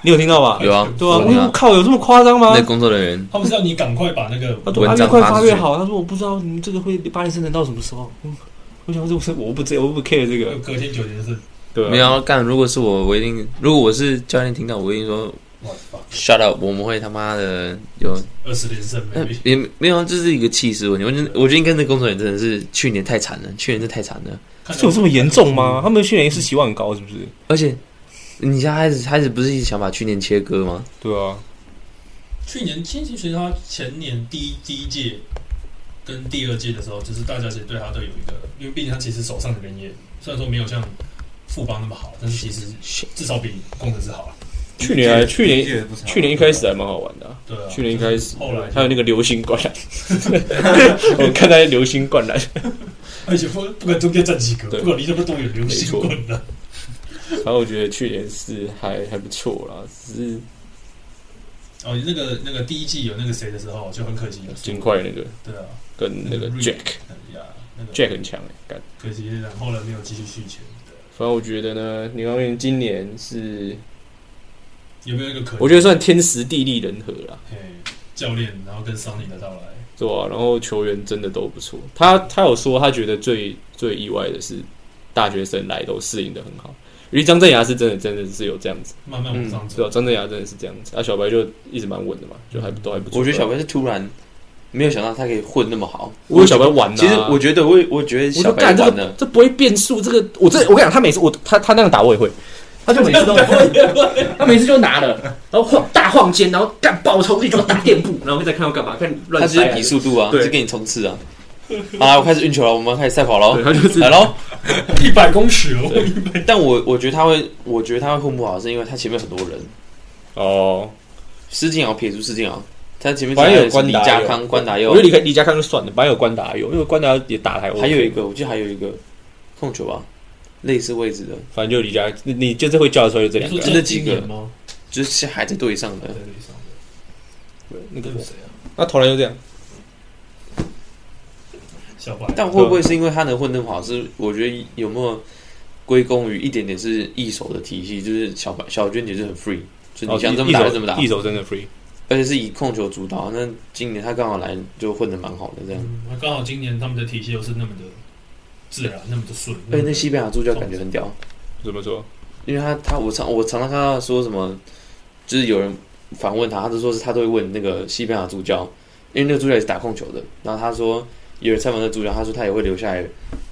[SPEAKER 2] 你有听到吧？
[SPEAKER 3] 有啊，
[SPEAKER 2] 对啊，我
[SPEAKER 3] 我有听
[SPEAKER 2] 说
[SPEAKER 3] 啊
[SPEAKER 2] 靠，有这么夸张吗
[SPEAKER 3] 那？工作人员
[SPEAKER 1] 他们是要你赶快把那个
[SPEAKER 2] 他说啊
[SPEAKER 3] 文
[SPEAKER 2] 越
[SPEAKER 3] 章
[SPEAKER 2] 快
[SPEAKER 3] 发
[SPEAKER 2] 发
[SPEAKER 3] 出
[SPEAKER 2] 越
[SPEAKER 3] 去
[SPEAKER 2] 好，他说我不知道你们这个会八连胜能到什么时候。嗯我想说，我不知我不 care 这个，
[SPEAKER 1] 隔天九连胜，
[SPEAKER 2] 对啊
[SPEAKER 3] 没有要干。如果是我，我一定，如果我是教练听到，我一定说
[SPEAKER 1] 哇
[SPEAKER 3] shut up，我们会他妈的有
[SPEAKER 1] 二十连胜
[SPEAKER 3] 呃
[SPEAKER 1] maybe。
[SPEAKER 3] 也没有，这是一个气势问题。我觉得，我觉得跟那工作人员真的是去年太惨了，去年真的太惨了。
[SPEAKER 2] 这有这么严重吗？他们训练是期望很高，是不是？
[SPEAKER 3] 而且，你家孩子孩子不是一直想把去年切割吗？
[SPEAKER 2] 对啊，
[SPEAKER 1] 去年其实其实他前年第一第一届跟第二届的时候，就是大家其实对他都有一个，因为毕竟他其实手上的人也虽然说没有像富邦那么好，但是其实至少比工程师好啊。
[SPEAKER 2] 去年还去年
[SPEAKER 4] 第一届不啊差
[SPEAKER 2] 去年一开始还蛮好玩的啊、
[SPEAKER 1] 对啊，
[SPEAKER 2] 去年一开始
[SPEAKER 1] 后来
[SPEAKER 2] 还有那个流星灌
[SPEAKER 3] *laughs*
[SPEAKER 2] 篮，我看那些流星灌篮，
[SPEAKER 1] 而且不不管中间站几个，
[SPEAKER 2] 对
[SPEAKER 1] 不管离那么多远，流星
[SPEAKER 2] 没错
[SPEAKER 1] 棍的。
[SPEAKER 2] 然后我觉得去年是还还不错啦，只是
[SPEAKER 1] 哦，那个那个第一季有那个谁的时候就很可惜了，
[SPEAKER 2] 金块那个
[SPEAKER 1] 对啊，
[SPEAKER 2] 跟那个
[SPEAKER 1] 那
[SPEAKER 3] 嗯
[SPEAKER 1] 个
[SPEAKER 2] Jack
[SPEAKER 1] 哎呀，那个
[SPEAKER 2] Jack 很强哎、干。
[SPEAKER 1] 可惜，然后呢没有继续续签。对啊
[SPEAKER 2] 反正我觉得呢，林光源今年是
[SPEAKER 1] 有没有一个可能？
[SPEAKER 2] 我觉得算天时地利人和啦，
[SPEAKER 1] 嘿，教练，然后跟桑尼的到来，
[SPEAKER 2] 对吧、然后球员真的都不错，他他有说他觉得最最意外的是大学生来都适应的很好，因为张镇雅是真的真的是有这样子。
[SPEAKER 1] 慢慢往
[SPEAKER 3] 嗯
[SPEAKER 1] 上
[SPEAKER 2] 对啊，
[SPEAKER 1] 走。
[SPEAKER 2] 张镇雅真的是这样子，啊，小白就一直蛮稳的嘛，就还不都还不错。啊
[SPEAKER 3] 我觉得小，白是突然没有想到他可以混那么好。
[SPEAKER 2] 我觉得小白晚啊。
[SPEAKER 3] 其实我觉得我我觉得
[SPEAKER 2] 我就
[SPEAKER 3] 小白
[SPEAKER 2] 干这
[SPEAKER 3] 玩
[SPEAKER 2] 个
[SPEAKER 3] 的，
[SPEAKER 2] 这不会变数，这个我这我跟你讲，他每次我他他那样打我也会，他就每次都他每次就拿了，然后晃大晃肩，然后干爆冲力，然后打垫步，然后再看要干嘛，看
[SPEAKER 3] 他
[SPEAKER 2] 乱
[SPEAKER 3] 只是
[SPEAKER 2] 塞啊
[SPEAKER 3] 比速度啊，
[SPEAKER 2] 对
[SPEAKER 3] 是跟你冲刺啊。好啦，我开始运球了，我们开始赛跑喽
[SPEAKER 2] 对，，他就是
[SPEAKER 3] 来喽。
[SPEAKER 1] 一百公尺哦，
[SPEAKER 3] 但我我觉得他会，我觉得他会混不好，是因为他前面很多人，
[SPEAKER 2] 哦，
[SPEAKER 3] 施晋尧撇除施晋尧，他前面
[SPEAKER 2] 反正有
[SPEAKER 3] 还有
[SPEAKER 2] 关
[SPEAKER 3] 李
[SPEAKER 2] 达
[SPEAKER 3] 家
[SPEAKER 2] 佑
[SPEAKER 3] 康、关达
[SPEAKER 2] 我
[SPEAKER 3] 佑
[SPEAKER 2] 觉得，李开李家康就算了，反正有关达佑，因为关达佑也打得还 OK，
[SPEAKER 3] 还有一个我记得还有一个控球吧，类似位置的，
[SPEAKER 2] 反正就李家，你你就是会叫的时候就这两
[SPEAKER 1] 你
[SPEAKER 2] 个
[SPEAKER 1] 说
[SPEAKER 2] 啊，
[SPEAKER 1] 这几年吗？
[SPEAKER 3] 就是还在队上
[SPEAKER 1] 对。
[SPEAKER 3] 的
[SPEAKER 1] 对上的
[SPEAKER 2] 对那个
[SPEAKER 1] 那个谁啊？
[SPEAKER 2] 那投篮就这样，
[SPEAKER 1] 小白。
[SPEAKER 3] 但会不会是因为他能混那么好？是我觉得有没有归功于一点点是一手的体系，就是小白小娟姐是很 free，就你想
[SPEAKER 2] 哦
[SPEAKER 3] 这么
[SPEAKER 2] 一
[SPEAKER 3] 打
[SPEAKER 2] 手
[SPEAKER 3] 就这么打
[SPEAKER 2] 一，手真的 free，
[SPEAKER 3] 而且是以控球主导。那今年他刚好来就混的蛮好的这样，
[SPEAKER 1] 嗯，那刚好今年他们的体系又是那么的自然，那么的顺。
[SPEAKER 3] 而且
[SPEAKER 1] 么
[SPEAKER 3] 那
[SPEAKER 1] 的
[SPEAKER 3] 西班牙助教感觉很屌，
[SPEAKER 2] 怎么说？
[SPEAKER 3] 因为他他我常我常常看到说什么，就是有人访问他，他就说是他都会问那个西班牙助教，因为那个助教也是打控球的，然后他说有人采访那个助教，他说他也会留下来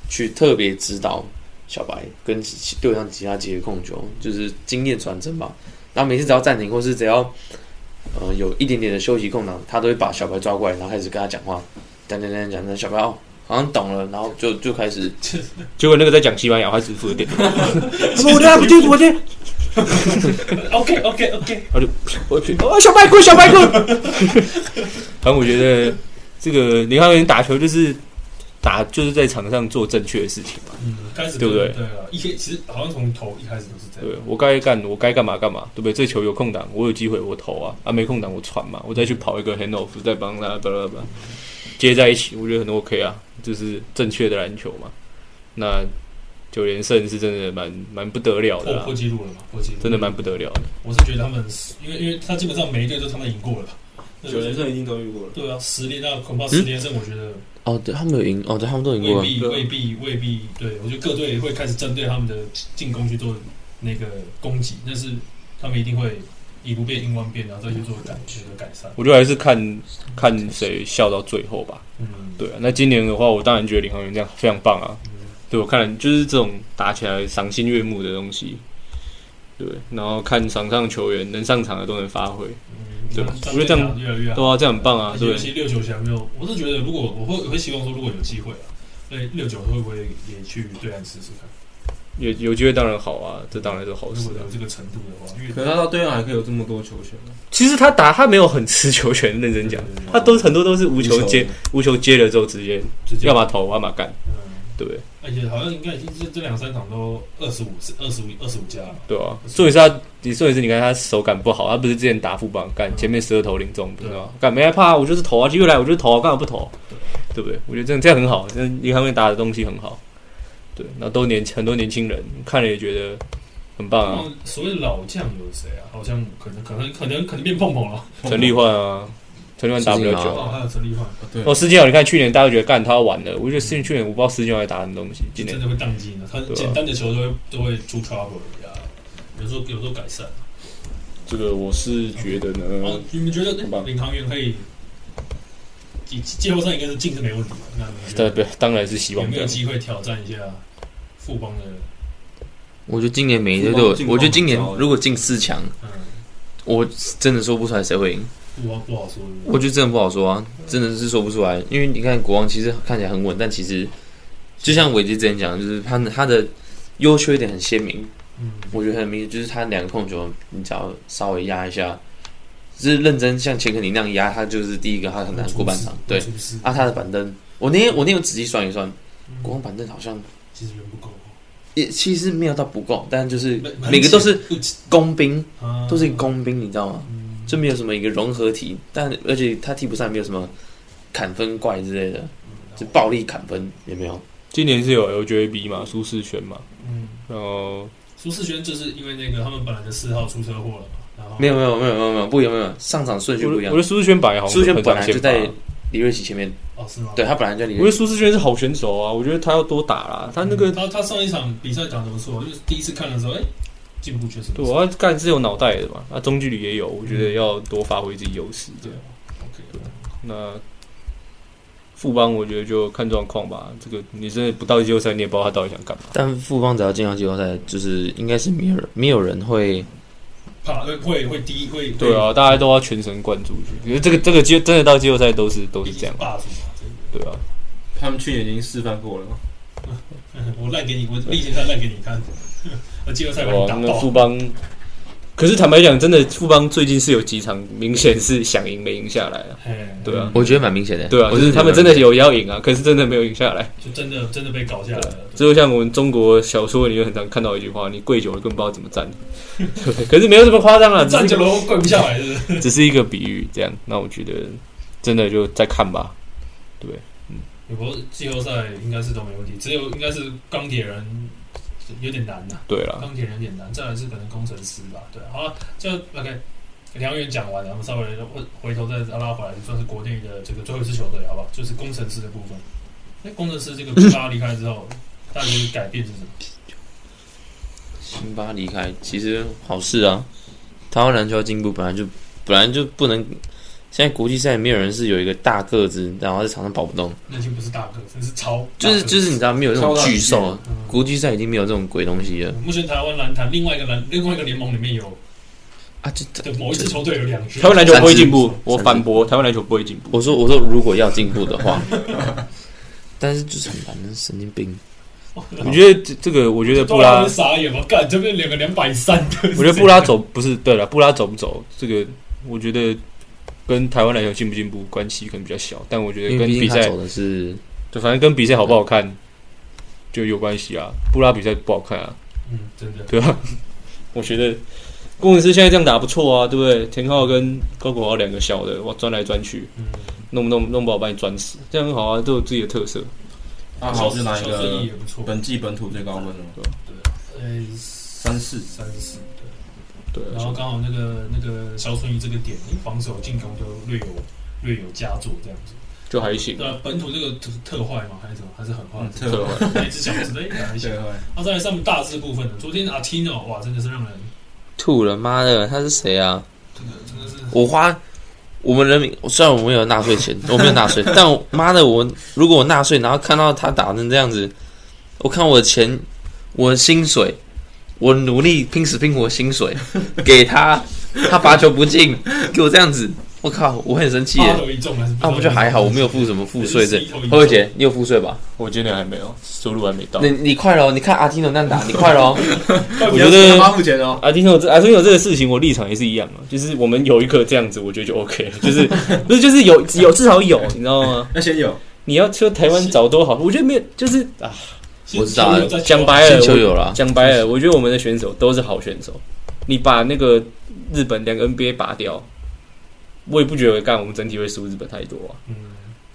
[SPEAKER 3] 去特别指导小白跟其对上其他几个控球，就是经验传真吧。然后每次只要暂停或是只要呃有一点点的休息空档，他都会把小白抓过来，然后开始跟他讲话，讲讲讲讲讲，小白哦好像懂了，然后就就开始
[SPEAKER 2] 结果那个在讲西班牙，他只负责
[SPEAKER 3] *laughs*
[SPEAKER 2] 点头，
[SPEAKER 1] 我的
[SPEAKER 2] 我的
[SPEAKER 1] 不对
[SPEAKER 2] 不对我的，
[SPEAKER 1] OK OK OK，
[SPEAKER 2] 我去，哦，小白棍，小白棍。反正我觉得这个林汉元打球就是打，就是在场上做正确的事情嘛。
[SPEAKER 1] 嗯，开始
[SPEAKER 2] 对不对
[SPEAKER 1] 对啊，一开其实好像从头一开始都是这样。
[SPEAKER 2] 对我该干，我该干嘛干嘛，对不对？这球有空档，我有机会我投啊，啊没空档我传嘛，我再去跑一个 hand off，再帮他巴拉巴拉接在一起，我觉得很 OK 啊，就是正确的篮球嘛。那九连胜是真的蛮蛮不得了的
[SPEAKER 1] 破
[SPEAKER 2] 啦
[SPEAKER 4] 哦
[SPEAKER 1] 破，纪录了嘛？破纪录
[SPEAKER 2] 真的蛮不得了的。
[SPEAKER 1] 我是觉得他们，因为因为他基本上每一队都他们赢过了吧？
[SPEAKER 4] 九连胜一定都遇过了。
[SPEAKER 1] 对啊，十连那
[SPEAKER 2] 嗯
[SPEAKER 1] 恐怕十连胜，我觉得
[SPEAKER 3] 哦，对，他们有赢，哦，对，他们都赢
[SPEAKER 1] 未
[SPEAKER 3] 过了。
[SPEAKER 1] 必
[SPEAKER 4] 对啊
[SPEAKER 1] 未必未必，对我觉得各队会开始针对他们的进攻去做那个攻击，但是他们一定会以不变应万变，然后再去做改这个改善。
[SPEAKER 2] 我觉得还是看看谁笑到最后吧。
[SPEAKER 1] 嗯，
[SPEAKER 2] 对啊，那今年的话，我当然觉得领航员这样非常棒啊。对我看了就是这种打起来赏心悦目的东西。对，然后看场上球员能上场的都能发挥，
[SPEAKER 1] 嗯，
[SPEAKER 2] 对吧
[SPEAKER 1] 那
[SPEAKER 2] 我觉得这样
[SPEAKER 1] 越来越好
[SPEAKER 2] 对。啊，这样很棒啊，
[SPEAKER 1] 而且
[SPEAKER 2] 对
[SPEAKER 1] 尤。其六九强没有，我是觉得如果我会我会希望说，如果有机会啊，对六九会不会也去对岸试试看？
[SPEAKER 2] 有有机会当然好啊，这当然是好
[SPEAKER 1] 如
[SPEAKER 2] 事
[SPEAKER 1] 果
[SPEAKER 2] 啊
[SPEAKER 1] 有。这个程度的话，因为
[SPEAKER 4] 可是他到对岸还可以有这么多球权啊，
[SPEAKER 2] 其实他打他没有很持球权，认真讲，
[SPEAKER 1] 嗯
[SPEAKER 2] 他都很多都是无球接，无球接了之后直接
[SPEAKER 1] 直接
[SPEAKER 2] 要么投，要么干，
[SPEAKER 1] 嗯，
[SPEAKER 2] 对不对？
[SPEAKER 1] 而且好像应该已经这这两三场都二十五二十五二十五加了，
[SPEAKER 2] 对啊。重点是他，你重点是你看他手感不好，他不是之前打副帮干前面十二投零中，不知道
[SPEAKER 6] 啊
[SPEAKER 2] 吗干没害怕，我就是投啊，机会来我就是投啊，干嘛不投？对不对？我觉得这样这样很好，这一方面打的东西很好，对，那都年很多年轻人看了也觉得很棒啊，
[SPEAKER 1] 嗯，所谓老将有谁啊？好像可能可能可能可能变碰碰了，
[SPEAKER 6] 哦
[SPEAKER 2] 陈立焕啊，陈立焕打不了
[SPEAKER 3] 是
[SPEAKER 2] 久啊
[SPEAKER 3] 啊
[SPEAKER 1] 哦，。还有陈立焕，
[SPEAKER 4] 对
[SPEAKER 2] 哦，施金豪，你看去年大家觉得干他完了，我觉得施去年我不知道施金豪在打什么东西，今
[SPEAKER 1] 真的
[SPEAKER 2] 年
[SPEAKER 1] 会宕机呢。他
[SPEAKER 2] 对啊
[SPEAKER 1] 简单的球都会都会出 trouble 呀，有时候有时候改善。
[SPEAKER 6] 这个我是觉得
[SPEAKER 1] 哦
[SPEAKER 3] 嗯
[SPEAKER 6] 呢，，
[SPEAKER 1] 你们觉得
[SPEAKER 6] 很棒
[SPEAKER 1] 领航员可以季季后赛应该是进是没问题的，那你们觉
[SPEAKER 2] 对
[SPEAKER 1] 得
[SPEAKER 2] 不当然是希
[SPEAKER 1] 有
[SPEAKER 2] 望
[SPEAKER 1] 没
[SPEAKER 2] 这
[SPEAKER 1] 有
[SPEAKER 2] 样。
[SPEAKER 1] 机会挑战一下富邦的？
[SPEAKER 3] 我觉得今年每一队都有
[SPEAKER 4] 进，攻
[SPEAKER 3] 我觉得今年
[SPEAKER 4] 很高欸
[SPEAKER 3] 如果进四强，
[SPEAKER 1] 嗯，
[SPEAKER 3] 我真的说不出来谁会赢。
[SPEAKER 1] 不好不好说。
[SPEAKER 3] 我觉得真的不好说啊，真的是说不出来。因为你看国王其实看起来很稳，但其实就像伟杰之前讲的，就是他他的优缺点很鲜明，
[SPEAKER 1] 嗯，
[SPEAKER 3] 我觉得很明显，就是他两个控球，你只要稍微压一下，就是认真像钱肯尼那样压，他就是第一个，他很难过半场。对，
[SPEAKER 1] 是不是？
[SPEAKER 3] 啊，他的板凳，我那天我那天有仔细算一算，
[SPEAKER 1] 嗯
[SPEAKER 3] 国王板凳好像
[SPEAKER 1] 其实人不够，
[SPEAKER 3] 也其实没有到不够，但就是
[SPEAKER 1] 蛮
[SPEAKER 3] 每个都是
[SPEAKER 1] 蛮浅
[SPEAKER 3] 工兵，
[SPEAKER 1] 啊
[SPEAKER 3] 都是一个工兵，你知道吗？
[SPEAKER 1] 嗯
[SPEAKER 3] 就没有什么一个融合体，但而且他替补上也没有什么砍分怪之类的，就暴力砍分也没有。
[SPEAKER 2] 今年是有 LJB 嘛，苏世轩嘛，
[SPEAKER 1] 嗯，
[SPEAKER 2] 然后
[SPEAKER 1] 苏世轩就是因为那个他们本来的四号出车祸了嘛，然后
[SPEAKER 3] 没有没有没有没有没有不一样没有上场
[SPEAKER 2] 我
[SPEAKER 3] 顺序
[SPEAKER 2] 觉得
[SPEAKER 3] 不
[SPEAKER 2] 我
[SPEAKER 3] 一
[SPEAKER 2] 觉
[SPEAKER 3] 样
[SPEAKER 2] 得。苏世轩本来好像
[SPEAKER 3] 苏轩
[SPEAKER 2] 很
[SPEAKER 3] 本
[SPEAKER 2] 常
[SPEAKER 3] 来
[SPEAKER 2] 先
[SPEAKER 3] 就
[SPEAKER 2] 发
[SPEAKER 3] 在嗯李瑞奇前面，
[SPEAKER 1] 哦是吗？
[SPEAKER 3] 对他本来就在李
[SPEAKER 2] 我觉得
[SPEAKER 3] 瑞奇。
[SPEAKER 2] 苏世轩是好选手啊，我觉得他要多打啦，他那个
[SPEAKER 3] 嗯
[SPEAKER 1] 他他上一场比赛打的不错，就是第一次看的时候，哎，进步确实不
[SPEAKER 2] 对啊
[SPEAKER 1] 错。
[SPEAKER 2] 我要干是有脑袋的嘛，那中距离也有，我觉
[SPEAKER 3] 嗯
[SPEAKER 2] 得要多发挥自己优势这
[SPEAKER 1] 对
[SPEAKER 2] 样。
[SPEAKER 1] ，OK，
[SPEAKER 2] 那富邦我觉得就看状况吧，这个你真的不到季后赛，你也不知道他到底想干嘛。
[SPEAKER 3] 但富邦只要进到季后赛，就是应该是没有人没有人会
[SPEAKER 1] 怕会会会低会
[SPEAKER 2] 对，啊，大家都要全神贯注去。可是这个这个季真的到季后赛都是都
[SPEAKER 1] 会
[SPEAKER 2] 是这样，
[SPEAKER 1] 霸主嘛，真的
[SPEAKER 2] 对啊。
[SPEAKER 4] 他们去年已经示范过了嘛，
[SPEAKER 1] 嗯 *laughs* 我烂给你，我例行赛烂给你看，我季后赛把你
[SPEAKER 2] 哇，
[SPEAKER 1] 打
[SPEAKER 2] 啊那
[SPEAKER 1] 爆
[SPEAKER 2] 富。邦，可是坦白讲，真的富邦最近是有几场明显是想赢没赢下来啊。
[SPEAKER 1] 哎，
[SPEAKER 2] 对啊，
[SPEAKER 3] 我
[SPEAKER 4] 嗯
[SPEAKER 3] 觉得蛮明显的。
[SPEAKER 2] 对啊，
[SPEAKER 3] 我
[SPEAKER 2] 就是他们真的有要赢啊，可是真的没有赢下来。
[SPEAKER 1] 就真的真的被搞下来了。
[SPEAKER 2] 只有像我们中国小说里面很常看到一句话：“你跪久了更不知道怎么 *laughs* 站。”可是没有这么夸张啊，只是
[SPEAKER 1] 站
[SPEAKER 2] 一
[SPEAKER 1] 久
[SPEAKER 2] 个
[SPEAKER 1] 了 *laughs* 跪不下来是不是？
[SPEAKER 2] 只是一个比喻这样。那我觉得真的就再看吧。
[SPEAKER 1] 美国季后赛应该是都没问题，只有应该是钢铁人有点难啊呐、
[SPEAKER 2] 对啦，
[SPEAKER 1] 钢铁人有点难，再来是可能工程师吧。对啊，好了，就 OK。梁远讲完了，我们稍微回回头再拉回来，就算是国内的这个最后一支球队，好不好？就是工程师的部分。那工程师这个大家离开之后，大家的改变是什么？
[SPEAKER 3] 辛巴离开，其实好事啊。台湾篮球要进步，本来就本来就不能，现在国际赛没有人是有一个大个子，然后在场上跑不动，
[SPEAKER 1] 那已经不是大个，真是超大
[SPEAKER 3] 就
[SPEAKER 1] 个，
[SPEAKER 3] 是就是你知道没有那种
[SPEAKER 2] 超大
[SPEAKER 3] 巨兽，
[SPEAKER 1] 嗯
[SPEAKER 3] 国际赛已经没有这种鬼东西了
[SPEAKER 1] 目前台湾篮坛另外一个篮另外一个联盟里面有
[SPEAKER 3] 啊！就
[SPEAKER 1] 的某一支球队有两支
[SPEAKER 2] 台湾篮球不会进步
[SPEAKER 3] 三支，
[SPEAKER 2] 我反驳，台湾篮球不会进步。
[SPEAKER 3] 我说我说如果要进步的话，但是就是很难，神经病。
[SPEAKER 2] 我觉得这这个，我觉得布拉
[SPEAKER 1] 对啊，傻眼吧？干这边两个两百三的，
[SPEAKER 2] 我觉得布拉走不是对了，布拉走不走，这个我觉得跟台湾篮球进不进步关系可能比较小，但我觉得
[SPEAKER 3] 因为
[SPEAKER 2] 跟
[SPEAKER 3] 毕
[SPEAKER 2] 比
[SPEAKER 3] 竟他
[SPEAKER 2] 赛
[SPEAKER 3] 走的是
[SPEAKER 2] 就反正跟比赛好不好看就有关系啊。布拉比赛不好看啊， *laughs*
[SPEAKER 1] 嗯，真的
[SPEAKER 2] 对啊，我觉得工程师现在这样打不错啊，对不对？田浩跟高国豪两个小的，哇，钻来钻去，
[SPEAKER 1] 嗯，
[SPEAKER 2] 弄不弄弄不好把你钻死，这样很好啊，都有自己的特色。
[SPEAKER 4] 阿
[SPEAKER 1] 小
[SPEAKER 4] 豪是拿一
[SPEAKER 2] 啊
[SPEAKER 1] 小正义
[SPEAKER 4] 个
[SPEAKER 1] 也不错，
[SPEAKER 4] 本季本土最高分哦，
[SPEAKER 1] 呃
[SPEAKER 4] 三四
[SPEAKER 1] 三四。对
[SPEAKER 2] 对啊，
[SPEAKER 1] 然后刚好那个那个肖顺义这个点，防守进攻都略有略有佳作这样子。
[SPEAKER 2] 就还行，
[SPEAKER 1] 呃，本土这个特特坏嘛，还是什么？还是很坏
[SPEAKER 4] 嗯，？
[SPEAKER 2] 对
[SPEAKER 4] 特特
[SPEAKER 2] 吧？
[SPEAKER 1] 那一只小子的还行。
[SPEAKER 4] 会
[SPEAKER 1] 那再来上面大致部分呢？昨天阿 Tino 哇，真的是让人
[SPEAKER 3] 吐了，妈的，他是谁啊？
[SPEAKER 1] 真的真的是
[SPEAKER 3] 我花我们人民，虽然我没有纳税钱， *laughs* 我没有纳税，但我妈的我如果我纳税，然后看到他打成这样子，我看我的钱，我的薪水，我努力拼死拼活的薪水给他，他罚球不进，给我这样子，我靠，我很生气
[SPEAKER 1] 八
[SPEAKER 3] 耶。
[SPEAKER 1] 头一中还是
[SPEAKER 3] 那、啊、不就还好，我没有付什么赋税这
[SPEAKER 1] 十一头一。中
[SPEAKER 3] 慧慧姐，你有付税吧？
[SPEAKER 2] 我今年还没有，收入还没到
[SPEAKER 3] 你。你快喽！你看阿基诺那样打，你快哦喽！ *laughs*
[SPEAKER 2] 我觉得
[SPEAKER 4] 八付钱哦，
[SPEAKER 2] 阿丁有啊这阿丁有这个事情，我立场也是一样啊，就是我们有一个这样子，我觉得就 OK，了，就是 *laughs* 不是就是有有至少有，你知道吗？
[SPEAKER 4] 要先有
[SPEAKER 2] 你要说台湾找多好，我觉得没有，就是啊，
[SPEAKER 1] 先
[SPEAKER 3] 我知道了
[SPEAKER 2] 讲
[SPEAKER 1] 球
[SPEAKER 2] 白
[SPEAKER 3] 新
[SPEAKER 2] 了，
[SPEAKER 3] 球有了，
[SPEAKER 2] 啊讲白了，我觉得我们的选手都是好选手。你把那个日本两个 NBA 拔掉，我也不觉得干我们整体会输日本太多啊。
[SPEAKER 1] 嗯，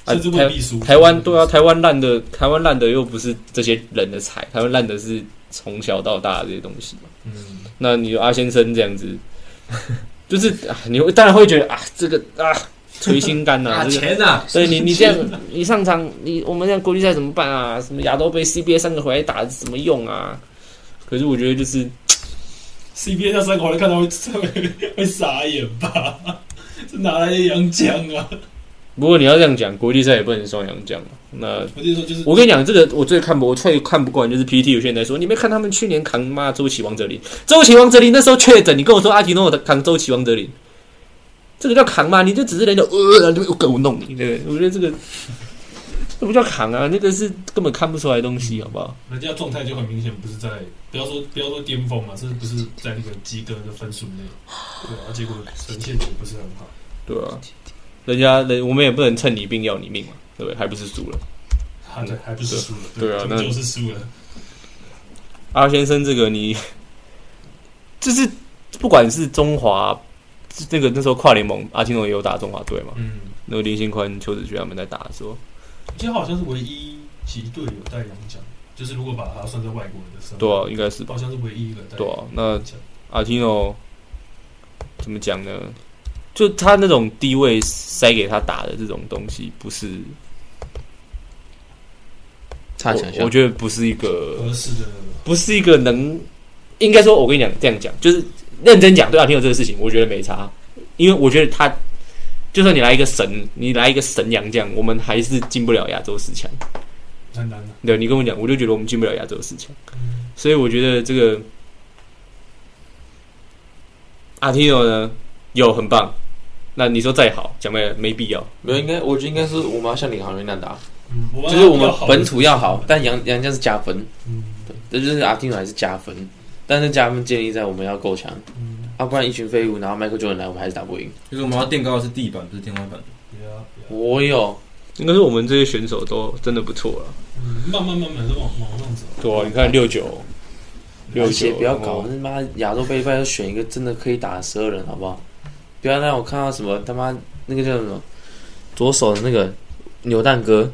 [SPEAKER 2] 啊
[SPEAKER 1] 甚至未必输。
[SPEAKER 2] 台湾
[SPEAKER 1] 嗯
[SPEAKER 2] 对啊，台湾烂的，台湾烂的又不是这些人的菜，台湾烂的是从小到大的这些东西嘛。
[SPEAKER 1] 嗯，
[SPEAKER 2] 那你有阿先生这样子， *laughs* 就是啊，你会当然会觉得啊，这个啊，捶心肝呐、
[SPEAKER 4] 拿
[SPEAKER 2] 这个。
[SPEAKER 4] 钱
[SPEAKER 1] 啊
[SPEAKER 4] 呐，
[SPEAKER 2] 所以你你这样，你上场，你我们这样国际赛怎么办啊？什么亚洲杯、CBA 三个回来打什么用啊？可是我觉得就是，
[SPEAKER 1] CBA 那三个回来看到会会会傻眼吧？这哪来的洋将啊？
[SPEAKER 2] 不过你要这样讲，国际赛也不能双阳讲嘛。那
[SPEAKER 1] 我就说就是
[SPEAKER 2] 我跟你讲，这个我最看不，我最看不惯就是 PT 有些人在说，你没看他们去年扛妈周琦、王哲林，周琦、王哲林那时候确诊，你跟我说阿提诺的扛周琦、王哲林，这个叫扛吗？你就只是人家呃，就给我弄你，对不对？我觉得这个这不叫扛啊，那个是根本看不出来的东西，好不好？
[SPEAKER 1] 人家状态就很明显不是在，不要说不要说巅峰嘛，甚至不是在那个及格的分数内，对啊，结果呈现也不是很好。
[SPEAKER 2] 对啊，人家人我们也不能趁你病要你命嘛，对不对？还不是输了。
[SPEAKER 1] 啊，对，还不是输了，
[SPEAKER 2] 对啊
[SPEAKER 1] 终
[SPEAKER 2] 那
[SPEAKER 1] 究是输了。
[SPEAKER 2] 阿先生，这个你 *laughs* 就是不管是中华那个那时候跨联盟，阿基诺也有打中华队嘛，
[SPEAKER 1] 嗯，
[SPEAKER 2] 那个林信宽、邱子轩他们在打的时候，
[SPEAKER 1] 我记得好像是唯一几队有带洋奖，就是如果把它算在外国人的身份，
[SPEAKER 2] 对啊，应该是吧？
[SPEAKER 1] 好像是唯一一个带
[SPEAKER 2] 对啊，那
[SPEAKER 1] 奖。
[SPEAKER 2] 阿基诺怎么讲呢？就他那种低位塞给他打的这种东西，不是
[SPEAKER 3] 差强
[SPEAKER 2] 我
[SPEAKER 3] 项
[SPEAKER 2] 我。觉得不是一个
[SPEAKER 1] 合适的
[SPEAKER 2] 不是一个能，应该说，我跟你讲，这样讲就是认真讲，对啊阿听有这个事情，我觉得没差，因为我觉得他，就算你来一个神，你来一个神洋将，我们还是进不了亚洲四强。
[SPEAKER 1] 很难的，
[SPEAKER 2] 对你跟我讲，我就觉得我们进不了亚洲四强，所以我觉得这个阿提诺啊呢，有很棒。那你说再好，讲白了没必要。
[SPEAKER 3] 没有，应该我觉得应该是我们要像领航员那样打，
[SPEAKER 1] 嗯，我
[SPEAKER 3] 就是我们
[SPEAKER 1] 要好
[SPEAKER 3] 本土要好，但杨杨将是加分，
[SPEAKER 1] 嗯
[SPEAKER 3] 对，这就是阿丁还是加分，但是加分建立在我们要够强，
[SPEAKER 1] 嗯，
[SPEAKER 3] 要、不然一群废物，然后 Michael Jordan 来，我们还是打不赢。
[SPEAKER 4] 就是我们要垫高的是地板，不是天花板。
[SPEAKER 1] 不要不要，
[SPEAKER 3] 我有，
[SPEAKER 2] 应该是我们这些选手都真的不错啊了。
[SPEAKER 1] 嗯，慢慢慢慢的往往上走，
[SPEAKER 2] 对啊，你看六九，六
[SPEAKER 3] 而且
[SPEAKER 2] 九哦
[SPEAKER 3] 不要
[SPEAKER 2] 然后
[SPEAKER 3] 搞他妈亚洲杯，拜要选一个真的可以打的十二人，好不好？不要让我看到什么他妈那个叫什么左手的那个扭蛋哥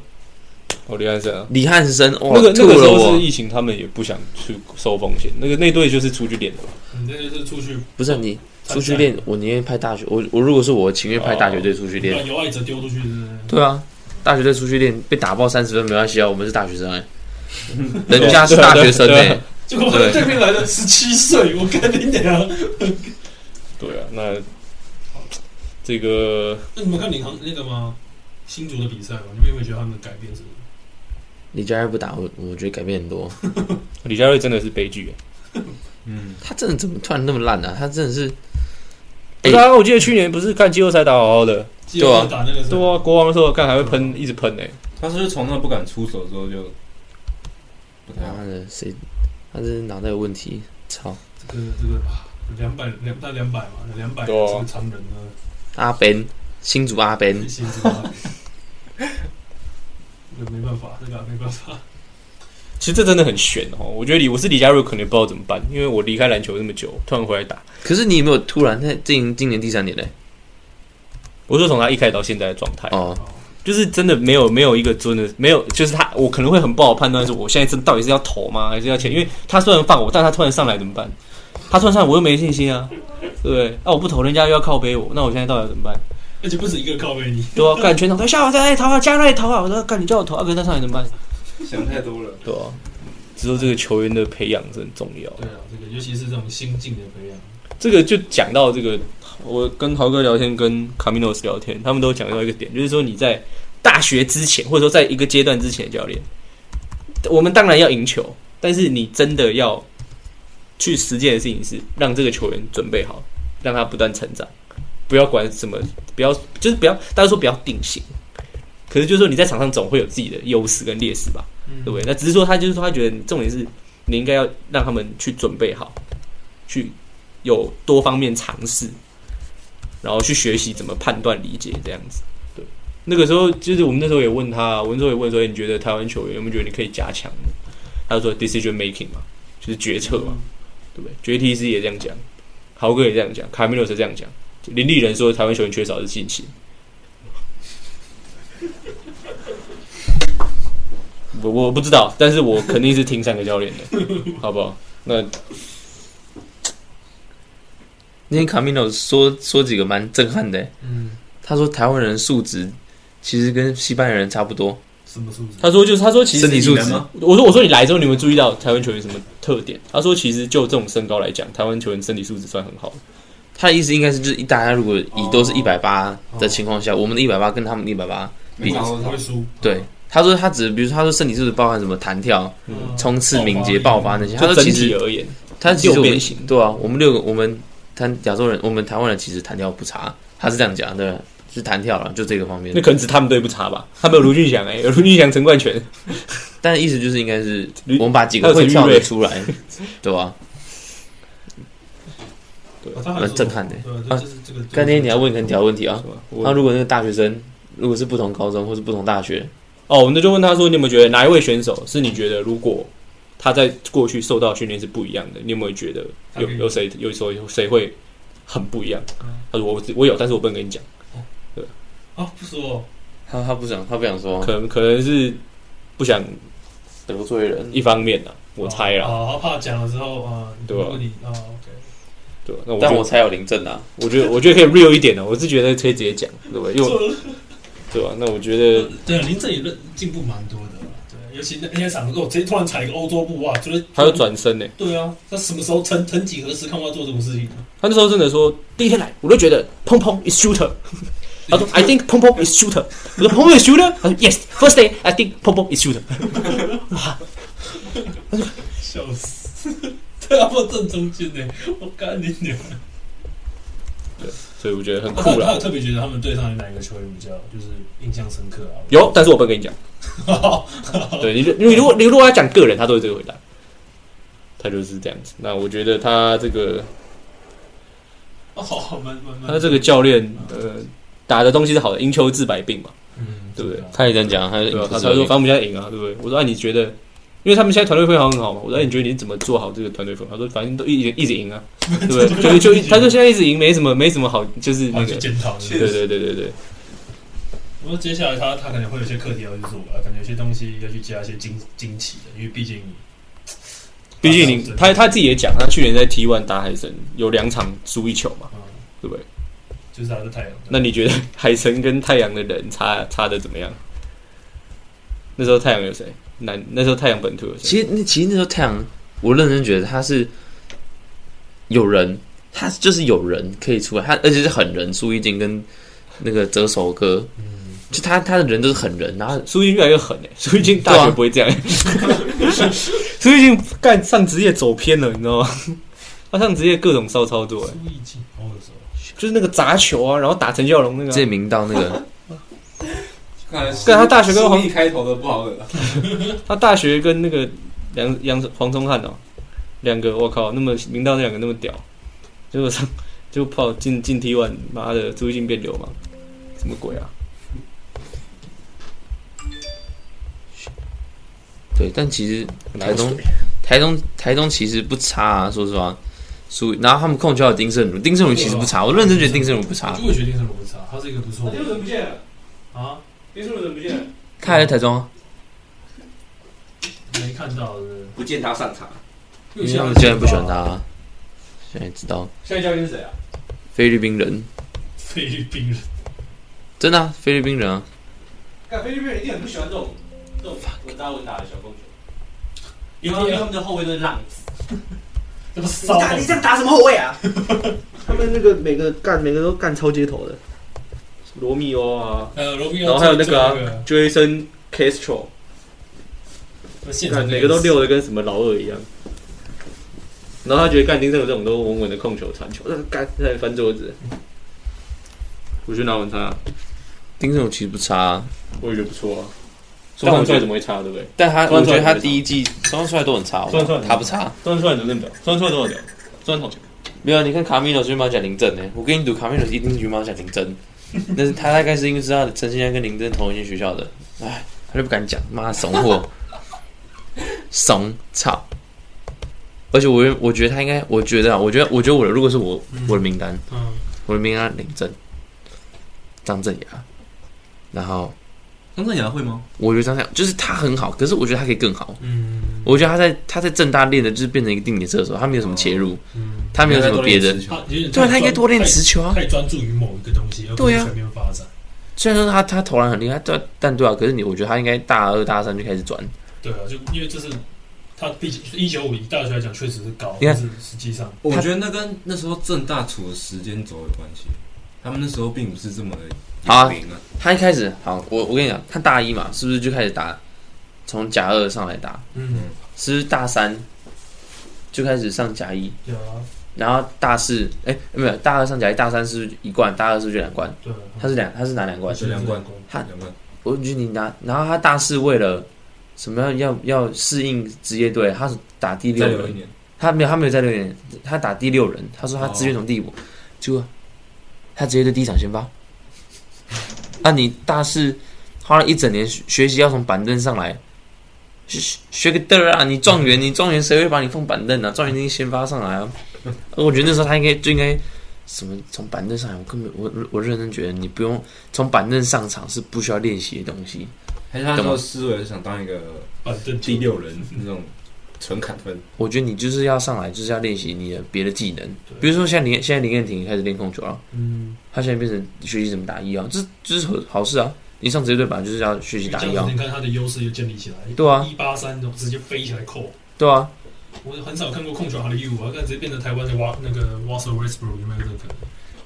[SPEAKER 2] 哦，李安生啊。
[SPEAKER 3] 李汉生，哇，
[SPEAKER 2] 那个那
[SPEAKER 3] 吐
[SPEAKER 2] 个时
[SPEAKER 3] 了
[SPEAKER 2] 候是
[SPEAKER 3] 我！
[SPEAKER 2] 疫情，他们也不想去收风险。那个那队就是出去练的嘛，
[SPEAKER 1] 你这就是出去
[SPEAKER 3] 不是你
[SPEAKER 1] 参赛
[SPEAKER 3] 出去练，我宁愿派大学，我我如果是我，情愿派大
[SPEAKER 2] 哦
[SPEAKER 3] 学队出去
[SPEAKER 1] 不
[SPEAKER 3] 练。
[SPEAKER 1] 然有爱者丢出去，是不是
[SPEAKER 3] 对啊，大学队
[SPEAKER 2] *laughs*
[SPEAKER 3] 欸出去练被打爆三十分没关系啊，我们是大学生哎、人家是大学生哎、
[SPEAKER 2] 对啊
[SPEAKER 1] 结果对面来了十七岁，我跟你讲，
[SPEAKER 2] 对啊，那这个
[SPEAKER 1] 那你们看领航那个吗？新竹的比赛吗？你们有没有觉得他们改变什么？
[SPEAKER 3] 李佳瑞不打我，我觉得改变很多。
[SPEAKER 2] 李佳瑞真的是悲剧。
[SPEAKER 4] 嗯，
[SPEAKER 3] 他真的怎么突然那么烂啊？他真的是
[SPEAKER 2] 不
[SPEAKER 3] 哎
[SPEAKER 2] 是啊，我记得去年不是看季后赛打好好的，
[SPEAKER 1] 季后赛打那个是
[SPEAKER 2] 对啊，国王的时候看还会喷，一直喷哎，
[SPEAKER 4] 他是不是从那不敢出手之后就不
[SPEAKER 2] 啊
[SPEAKER 4] 太好
[SPEAKER 3] 妈？的谁？他真是脑袋有问题，操！
[SPEAKER 1] 这个这个两百两那两百嘛，两百这
[SPEAKER 2] 对啊
[SPEAKER 1] 个常人呢，
[SPEAKER 3] 阿 Ben，新竹阿 Ben，
[SPEAKER 1] 新竹啊，这个没办法，这个没办法。
[SPEAKER 2] 其实这真的很悬哦。我觉得李我是李佳瑞，可能不知道怎么办，因为我离开篮球那么久，突然回来打，
[SPEAKER 3] 可是你有没有突然在今今年第三年嘞？
[SPEAKER 2] 我说从他一开始到现在的状态，
[SPEAKER 3] 哦，
[SPEAKER 2] 就是真的没有没有一个真的没有，就是他我可能会很不好判断，说我现在真的到底是要投吗，还是要前？因为他虽然放我，但他突然上来怎么办？他突然上来我又没信心啊，对不对？啊我不投，人家又要靠背我，那我现在到底要怎么办？
[SPEAKER 1] 而且不止一个靠背你，
[SPEAKER 2] 对啊，干全场，哎下我再来投啊，加来投啊，我说干你叫我投啊，可是他上来怎么办？
[SPEAKER 4] 想太多了。
[SPEAKER 2] 对啊，只有这个球员的培养是很重要。
[SPEAKER 1] 对啊，这个尤其是这种新进的培养，
[SPEAKER 2] 这个就讲到这个，我跟豪哥聊天，跟卡米诺斯聊天，他们都讲到一个点，就是说你在大学之前，或者说在一个阶段之前的教练，我们当然要赢球，但是你真的要去实践的事情是让这个球员准备好，让他不断成长，不要管什么，不要就是不要，大家说不要定型，可是就是说你在场上总会有自己的优势跟劣势吧。
[SPEAKER 1] 嗯
[SPEAKER 2] 对不对？那只是说他就是说他觉得重点是你应该要让他们去准备好，去有多方面尝试，然后去学习怎么判断理解这样子。对，那个时候就是我们那时候也问他，我那时候也问说，哎你觉得台湾球员有没有觉得你可以加强呢？他就说 decision making 嘛，就是决策嘛，对不对？JTC 也这样讲，豪哥也这样讲，卡米洛斯这样讲，林立人说台湾球员缺少的是信心。 *laughs* 我我不知道，但是我肯定是听三个教练的，好不好？那
[SPEAKER 3] 那天卡米诺说说几个蛮震撼的，欸
[SPEAKER 1] 嗯，
[SPEAKER 3] 他说台湾人素质其实跟西班牙人差不多，
[SPEAKER 1] 什么素质？
[SPEAKER 2] 他说就是他说其实
[SPEAKER 3] 身体素质
[SPEAKER 4] 你们吗
[SPEAKER 2] 我说我说你来之后，你有没有注意到台湾球员什么特点？他说其实就这种身高来讲，台湾球员身体素质算很好。
[SPEAKER 3] 他的意思应该是就是大家如果以都是
[SPEAKER 1] 哦
[SPEAKER 3] 一百八的情况下，我们的一百八跟他们的一百八，
[SPEAKER 4] 没想
[SPEAKER 1] 不
[SPEAKER 4] 到
[SPEAKER 1] 会输，
[SPEAKER 3] 对。他说：“他只比如说，他说身体素质包含什么弹跳、
[SPEAKER 1] 嗯
[SPEAKER 3] 冲刺、敏捷、爆发那哎些。他
[SPEAKER 2] 就
[SPEAKER 3] 说
[SPEAKER 2] 整
[SPEAKER 3] 其
[SPEAKER 2] 体
[SPEAKER 3] 实，
[SPEAKER 2] 而言，
[SPEAKER 3] 他其实我
[SPEAKER 2] 六
[SPEAKER 3] 们
[SPEAKER 2] 边形
[SPEAKER 3] 对啊，我们六个我们弹亚洲人，我们台湾人其实弹跳不差。他是这样讲，对吧，是弹跳了，就这个方面
[SPEAKER 2] 那。可能只是他们队不差吧？他们有卢俊祥
[SPEAKER 3] 嗯
[SPEAKER 2] 哎、有卢俊祥、陈冠全，
[SPEAKER 3] 但意思就是应该是
[SPEAKER 2] 吕
[SPEAKER 3] 我们把几个会跳的出 *laughs* 来，对啊吧、
[SPEAKER 1] 哦他还
[SPEAKER 3] 蛮
[SPEAKER 1] 说
[SPEAKER 3] 震撼的
[SPEAKER 1] 对啊，
[SPEAKER 3] 啊
[SPEAKER 1] 这就是这个。
[SPEAKER 3] 刚才你要问很条问题啊
[SPEAKER 2] 是，吧？
[SPEAKER 3] 那
[SPEAKER 2] 我
[SPEAKER 3] 如果那个大学生如果是不同高中或是不同大学，
[SPEAKER 2] 哦，我们就问他说，你有没有觉得哪一位选手是你觉得如果他在过去受到训练是不一样的？你有没有觉得有
[SPEAKER 1] Okay
[SPEAKER 2] 有谁有时候有谁会很不一样
[SPEAKER 1] 嗯？
[SPEAKER 2] 他说我我有，但是我不能跟你讲。
[SPEAKER 1] 啊，不说
[SPEAKER 3] 他他不想他不想说
[SPEAKER 2] 可能可能是不想
[SPEAKER 3] 得罪人，
[SPEAKER 2] 一方面啊，我猜啦，
[SPEAKER 3] 哦
[SPEAKER 1] 啊，怕讲了之后啊，
[SPEAKER 2] 对啊
[SPEAKER 1] 如果你啊，OK，
[SPEAKER 2] 对吧？那我
[SPEAKER 3] 但
[SPEAKER 2] 觉
[SPEAKER 3] 我
[SPEAKER 2] 得
[SPEAKER 3] 才有临阵啊。
[SPEAKER 2] 我觉得我觉得可以 real 一点的，我是觉得可以直接讲，对吧？因为我对吧？那我觉得
[SPEAKER 1] 对啊，您这里论进步蛮多的啦，啊对，尤其那天场子，我直接突然踩一个欧洲步，哇，觉得
[SPEAKER 2] 他又转身呢、
[SPEAKER 1] 对啊，那什么时候曾曾几何时看过他做这种事情呢？啊
[SPEAKER 2] 他那时候真的说，第一天来我就觉得砰砰 is shooter，他 *laughs* 说 I think 砰砰 is shooter，我说砰砰 is shooter，他说 yes first day I think 砰砰 is shooter，
[SPEAKER 1] 笑死！ *laughs* 对啊，不正中间呢，我干你娘！
[SPEAKER 2] 所以我觉得很
[SPEAKER 1] 他
[SPEAKER 2] 酷
[SPEAKER 1] 他
[SPEAKER 2] 啦
[SPEAKER 1] 有。特别觉得他们队上有哪一个球员比较就是印象深刻啊？ *laughs* 哦
[SPEAKER 2] 有，但是我不能跟你讲。
[SPEAKER 1] 有，
[SPEAKER 2] 对你，你如果你如果要讲个人，他都会这个回答，他就是这样子。那我觉得他这个
[SPEAKER 1] 哦，蛮蛮蛮，
[SPEAKER 2] 他这个教练，呃，打的东西是好的，赢球治百病嘛，
[SPEAKER 1] 嗯，
[SPEAKER 2] 对不对？
[SPEAKER 3] 他也这样讲，他
[SPEAKER 2] 对
[SPEAKER 3] 就
[SPEAKER 2] 啊，他他说反正我们现在赢啊，对不对？我说啊，你觉得，因为他们现在团队会好像很好嘛，我说、啊、你觉得你怎么做好这个团队氛围？他说反正都一直一直赢啊，对不 *laughs* 对？就是就他说现在一直赢，没什么没什么好，就是那
[SPEAKER 1] 要
[SPEAKER 2] 个
[SPEAKER 1] 去，检讨。
[SPEAKER 2] 对对对对对，
[SPEAKER 1] 我说接下来他他可能会有些课题要去做吧，可能有些东西要去加一些惊惊奇的，因为毕竟
[SPEAKER 2] 毕竟你他他自己也讲，他去年在 T one 打海神有两场输一球嘛，
[SPEAKER 1] 嗯，
[SPEAKER 2] 对不对？
[SPEAKER 1] 就是他是太阳队，
[SPEAKER 2] 那你觉得 *laughs* 海神跟太阳的人差差的怎么样？那时候太阳有谁？南那时候太阳本土有谁？
[SPEAKER 3] 其实那其实那时候太阳我认真觉得他是有人，他就是有人可以出来，他而且是狠人，苏一金跟那个折手哥，就他他的人都是狠人，然后
[SPEAKER 6] 苏玉越来越狠 *laughs* 哎、欸，苏玉进大
[SPEAKER 3] 对
[SPEAKER 6] 学
[SPEAKER 3] 啊
[SPEAKER 6] 不会这样、欸，啊苏玉进干上职业走偏了，你知道吗？ *laughs* 他上职业各种骚操作、欸，
[SPEAKER 1] 苏易进，我有时候
[SPEAKER 6] 就是那个砸球啊，然后打陈孝龙那个啊、
[SPEAKER 3] 这明到那 *laughs* 个
[SPEAKER 4] 看来
[SPEAKER 6] 对他大学跟黄
[SPEAKER 4] 黄一开头的不好惹，
[SPEAKER 7] 哎
[SPEAKER 6] 他大学跟那个梁杨黄宗汉哦，两个我靠，那么明道那两个那么屌，结果上 *laughs* 就跑进进 T one，妈的朱一进变流氓，什么鬼啊？
[SPEAKER 3] 对，但其实台中台中台中其实不差啊，说实话。苏，然后他们控球还有丁胜儒，丁胜儒其实不差，我认真觉得丁胜儒不差
[SPEAKER 1] 我，就会觉得丁胜儒不差，他是一个不错的
[SPEAKER 7] 人不见了，
[SPEAKER 1] 啊，
[SPEAKER 7] 林书怎么不见了？
[SPEAKER 3] 他还在台中啊，
[SPEAKER 1] 没看到的，
[SPEAKER 4] 不见他上场，
[SPEAKER 1] 因
[SPEAKER 3] 因为他们竟然不喜欢他、啊，现在知道
[SPEAKER 7] 现在教练是谁啊？
[SPEAKER 3] 菲律宾人，
[SPEAKER 1] 菲律宾人，
[SPEAKER 3] 真的、啊、菲律宾人啊，
[SPEAKER 7] 看菲律宾人一定很不喜欢这种这种稳扎稳打的小控球，因为因
[SPEAKER 1] 对啊
[SPEAKER 7] 为他们的后卫都是浪子。
[SPEAKER 1] 这么骚，
[SPEAKER 7] 样打什么后卫啊？
[SPEAKER 6] *laughs* 他们那个每个干每个都干超街头的，罗密欧啊，
[SPEAKER 1] 呃，罗宾，
[SPEAKER 6] 然后还有那个、啊、Jason Castro，
[SPEAKER 1] 那现
[SPEAKER 6] 干
[SPEAKER 1] 场
[SPEAKER 6] 每个都溜的跟什么老二一样。然后他觉得干丁胜有这种都稳稳的控球传球，那呃干他还翻桌子，我觉得哪稳他、啊，
[SPEAKER 3] 丁胜儒其实不差、啊，
[SPEAKER 6] 我也觉得不错啊。
[SPEAKER 3] 但我觉得
[SPEAKER 6] 么会差，对不对？
[SPEAKER 3] 但他
[SPEAKER 6] 端
[SPEAKER 3] 我
[SPEAKER 6] 出来
[SPEAKER 3] 觉得他
[SPEAKER 6] 怎么样
[SPEAKER 3] 第一季双出来都很差，好不
[SPEAKER 6] 端出
[SPEAKER 3] 好
[SPEAKER 6] 来
[SPEAKER 3] 他不差。
[SPEAKER 6] 端出来怎么那么屌？端出来多少屌？端好球，
[SPEAKER 3] 没有，你看卡米诺是马甲林正呢、我跟你赌，卡米诺一定是马甲林正。但是他大概是因为知道陈信安跟林正同一间学校的，哎，他就不敢讲，妈怂货，怂操！而且我原我觉得他应该，我觉得啊，我觉得我觉得我的如果是我我的名单，
[SPEAKER 1] 嗯，
[SPEAKER 3] 我的名单林正、张镇雅，然后
[SPEAKER 6] 张镇雅会吗？
[SPEAKER 3] 我觉得张镇雅就是他很好，可是我觉得他可以更好。
[SPEAKER 1] 嗯
[SPEAKER 3] 我觉得他在他在正大练的就是变成一个定点射手，他没有什么切入，
[SPEAKER 1] 嗯，
[SPEAKER 3] 他没有什么别的，
[SPEAKER 1] 他有点
[SPEAKER 3] 对啊，他应该
[SPEAKER 1] 太专
[SPEAKER 3] 多练持球啊。
[SPEAKER 1] 太专注于某一个东西，而不
[SPEAKER 3] 对
[SPEAKER 1] 是
[SPEAKER 3] 啊
[SPEAKER 1] 全面发展。
[SPEAKER 3] 虽然说他他投篮很厉害，但但对啊，可是你我觉得他应该大二大三就开始转，
[SPEAKER 1] 对啊，就因为这是他毕竟一九五一大学来讲确实是高，
[SPEAKER 3] 你看
[SPEAKER 1] 但是实际上
[SPEAKER 4] 我觉得那跟那时候正大处的时间轴有关系，他们那时候并不是这么的
[SPEAKER 3] 啊
[SPEAKER 4] 有名啊，
[SPEAKER 3] 他一开始好，我我跟你讲，他大一嘛，是不是就开始打，从甲二上来打，
[SPEAKER 1] 嗯
[SPEAKER 3] 是不是大三就开始上甲一，
[SPEAKER 1] 有啊，
[SPEAKER 3] 然后大四哎、没有大二上甲一，大三是不是一冠，大二是不是就两冠？
[SPEAKER 1] 对啊，
[SPEAKER 3] 他是两他是拿两冠，
[SPEAKER 4] 是两冠，
[SPEAKER 3] 他
[SPEAKER 4] 两冠，
[SPEAKER 3] 我觉得你拿，然后他大四为了什么要要要适应职业队，他是打第六
[SPEAKER 4] 再
[SPEAKER 3] 人
[SPEAKER 4] 留一，年，
[SPEAKER 3] 他没有，他没有在六人，他打第六人，他说他志愿从第五，结果他直接对第一场先发。啊，你大四花了一整年学学习，要从板凳上来，学学个嘚儿啊！你状元，你状元谁会把你放板凳啊？状元一定先发上来啊！我觉得那时候他应该就应该什么从板凳上来，我根本我我认真觉得你不用从板凳上场是不需要练习的东西。
[SPEAKER 4] 还是他那时候思维是想当一个
[SPEAKER 1] 板凳
[SPEAKER 4] 第六人那种纯砍分，
[SPEAKER 3] 我觉得你就是要上来，就是要练习你的别的技能，
[SPEAKER 1] 对
[SPEAKER 3] 比如说像林现在林彦廷也开始练控球了。
[SPEAKER 1] 嗯，
[SPEAKER 3] 他现在变成学习怎么打一啊，这这是好事啊！你上职业队本来就是要学习打
[SPEAKER 1] 这
[SPEAKER 3] 一
[SPEAKER 1] 样
[SPEAKER 3] 啊
[SPEAKER 1] 子，你看他的优势就建立起来，
[SPEAKER 3] 对啊
[SPEAKER 1] 一八三种直接飞起来扣，
[SPEAKER 3] 对啊，
[SPEAKER 1] 我很少看过控球他的 U 啊，但直接变成台湾的哇那个 Russell Westbrook 有没有这个可能？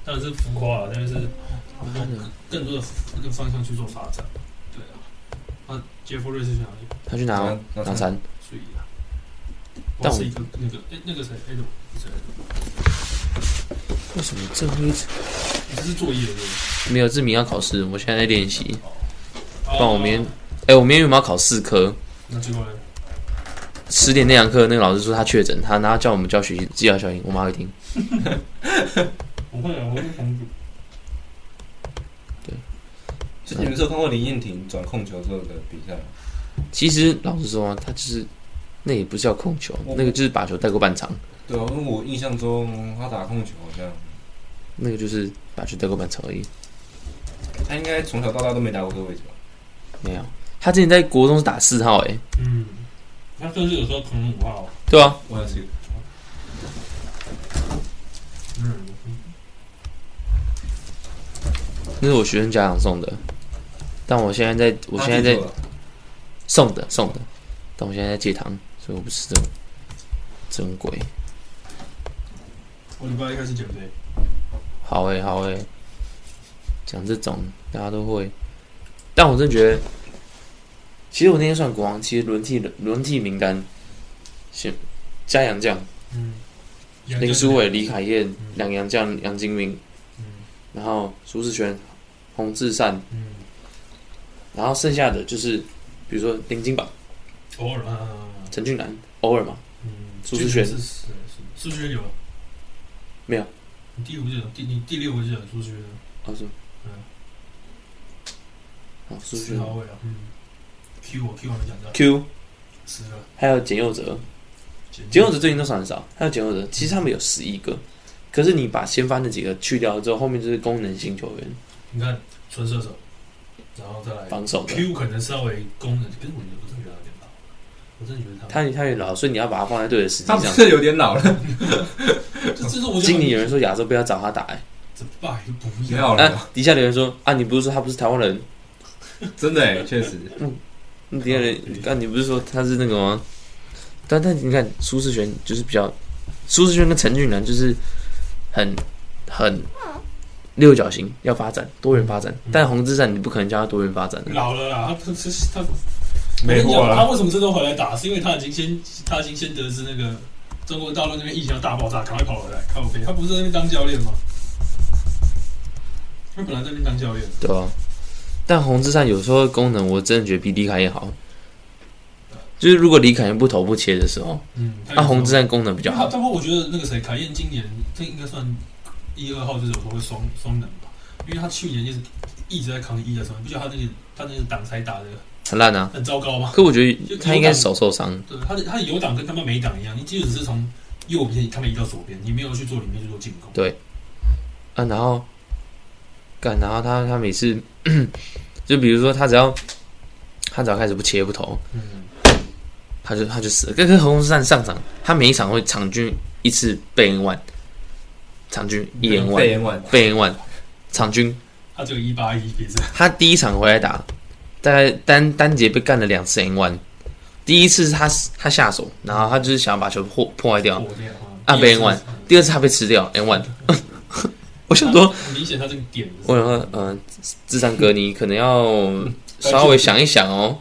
[SPEAKER 1] 当然是浮夸了，但是
[SPEAKER 3] 哦
[SPEAKER 1] 更多的那个方向去做发展，对啊，那杰弗瑞是去哪里？
[SPEAKER 3] 他去拿
[SPEAKER 4] 那
[SPEAKER 3] 拿三，
[SPEAKER 1] 所以啊，
[SPEAKER 3] 但我
[SPEAKER 1] 是一个那个哎那个谁哎不是
[SPEAKER 3] 为什么这会
[SPEAKER 1] 你这是作业的对不对
[SPEAKER 3] 没有志明要考试？我现在在练习，
[SPEAKER 1] 哦
[SPEAKER 3] 不然我明天，哎、我明天有没有要考四科？
[SPEAKER 1] 那结果呢？
[SPEAKER 3] 十点那堂课，那个老师说他确诊，他然后叫我们交学习记号效应，我妈会听。
[SPEAKER 1] 不会啊，我是红主。
[SPEAKER 4] 就你们是有看过林彦廷转控球之后的比赛吗？
[SPEAKER 3] 其实老实说、啊，他就是那也不是叫控球，那个就是把球带过半场，
[SPEAKER 4] 对啊，因为我印象中他打控球好像
[SPEAKER 3] 那个就是把球带过半场而已，
[SPEAKER 4] 他应该从小到大都没打过这个位置吧？
[SPEAKER 3] 没有。他之前在国中是打四号、哎，
[SPEAKER 1] 嗯，他甚至有时候可能五号。
[SPEAKER 3] 对啊，
[SPEAKER 4] 我也是，
[SPEAKER 1] 嗯，
[SPEAKER 3] 那是我学生家长送的，但我现在在，我现在在
[SPEAKER 4] 他自己做的
[SPEAKER 3] 送的送的，但我现在在戒糖，所以我不吃这个。真鬼。
[SPEAKER 1] 我礼拜一开始减肥，
[SPEAKER 3] 好诶、好诶、讲这种大家都会，但我真觉得，其实我那天算国王，其实轮替轮替名单，先加杨绛、
[SPEAKER 1] 嗯，
[SPEAKER 3] 林书伟、李凯
[SPEAKER 4] 嗯
[SPEAKER 3] 燕、两杨绛、杨金明，
[SPEAKER 1] 嗯
[SPEAKER 3] 然后苏志全、洪志善，
[SPEAKER 1] 嗯，
[SPEAKER 3] 然后剩下的就是比如说林金宝、
[SPEAKER 1] 偶尔啊，
[SPEAKER 3] 陈俊南，偶尔嘛，
[SPEAKER 1] 嗯，
[SPEAKER 3] 苏志璇
[SPEAKER 1] 是是苏志璇有吗？啊
[SPEAKER 3] 没有，
[SPEAKER 1] 你第五届第你第六个届苏志璇，
[SPEAKER 3] 哦是，
[SPEAKER 1] 啊嗯
[SPEAKER 3] 好苏志
[SPEAKER 1] 十
[SPEAKER 3] 全
[SPEAKER 1] 号位啊，嗯，Q 我 Q 还没讲到，
[SPEAKER 3] Q，
[SPEAKER 1] 十个，
[SPEAKER 3] 还有简佑哲，简佑哲最近都上很少，还有简佑哲，其实他们有十一个，可是你把先发那几个去掉之后，后面就是功能性球员
[SPEAKER 1] 你看纯射手，然后再来
[SPEAKER 3] 防守的，
[SPEAKER 1] 哎 Q 可能稍微功能，可是我觉得我真的觉得他有点老，我真的觉得他
[SPEAKER 3] 他他也老，所以你要把他放在对的时机
[SPEAKER 4] 他不
[SPEAKER 3] 上。
[SPEAKER 4] 是有点老了，
[SPEAKER 1] 这这是我觉得
[SPEAKER 3] 今年有人说亚洲杯要找他打、欸，
[SPEAKER 1] 这拜不
[SPEAKER 4] 不要
[SPEAKER 1] 要，
[SPEAKER 3] 哎、
[SPEAKER 4] 了，
[SPEAKER 3] 啊，底下留言说啊，你不是说他不是台湾人？
[SPEAKER 4] 真的哎，确实，
[SPEAKER 3] 那底下人，啊，你不是说他是那个吗？但但你看苏世璇就是比较，苏世璇跟陈俊南就是很很六角形，要发展多元发展。但洪志善你不可能叫他多元发展啊的，
[SPEAKER 1] 老了啦，他他他
[SPEAKER 4] 没货啊
[SPEAKER 1] 我跟你讲他
[SPEAKER 4] 了，
[SPEAKER 1] 为什么这周回来打？是因为他已经先他已经先得知那个中国大陆那边疫情要大爆炸，赶快跑回来靠背。他不是在那边当教练吗？他本来在那边当教练，
[SPEAKER 3] 对吧、但洪志善有时候功能我真的觉得比李凯燕好，就是如果李凯燕不投不切的时候，
[SPEAKER 1] 嗯，
[SPEAKER 3] 那、洪志善功能比
[SPEAKER 1] 比
[SPEAKER 3] 较好。
[SPEAKER 1] 但不过我觉得那个谁，凯燕今年这应该算一二号，就是我说会双双能吧，因为他去年就是一直在扛一的时候，你不觉得他那个他那个挡拆打的
[SPEAKER 3] 很烂啊。
[SPEAKER 1] 很糟糕吗？
[SPEAKER 3] 可我觉得他应该是手受伤，
[SPEAKER 1] 对，他的他的有挡跟他妈没挡一样，你即使是从右边他们移到左边，你没有去做里面去做进攻。
[SPEAKER 3] 啊，然后干，然后他他每次 *coughs* 就比如说他只要他只要开始不切不投，
[SPEAKER 1] 嗯，
[SPEAKER 3] 他就他就死了。跟跟何鸿燊上场，他每一场会场均一次被 N 万，场均一 N 万
[SPEAKER 4] 被延晚，
[SPEAKER 3] 被 N 万，场均
[SPEAKER 1] 他只有一八一，别这样。
[SPEAKER 3] 他第一场回来打，大概单单节被干了两次 N 万。第一次是他他下手，然后他就是想把球破破坏掉，
[SPEAKER 1] 火掉
[SPEAKER 3] 啊被 N 万。第二次他被吃掉 N 万。 *laughs* 我想说，
[SPEAKER 1] 很明显他这个点是，
[SPEAKER 3] 我想说，嗯、智障哥，你可能要稍微想一想哦，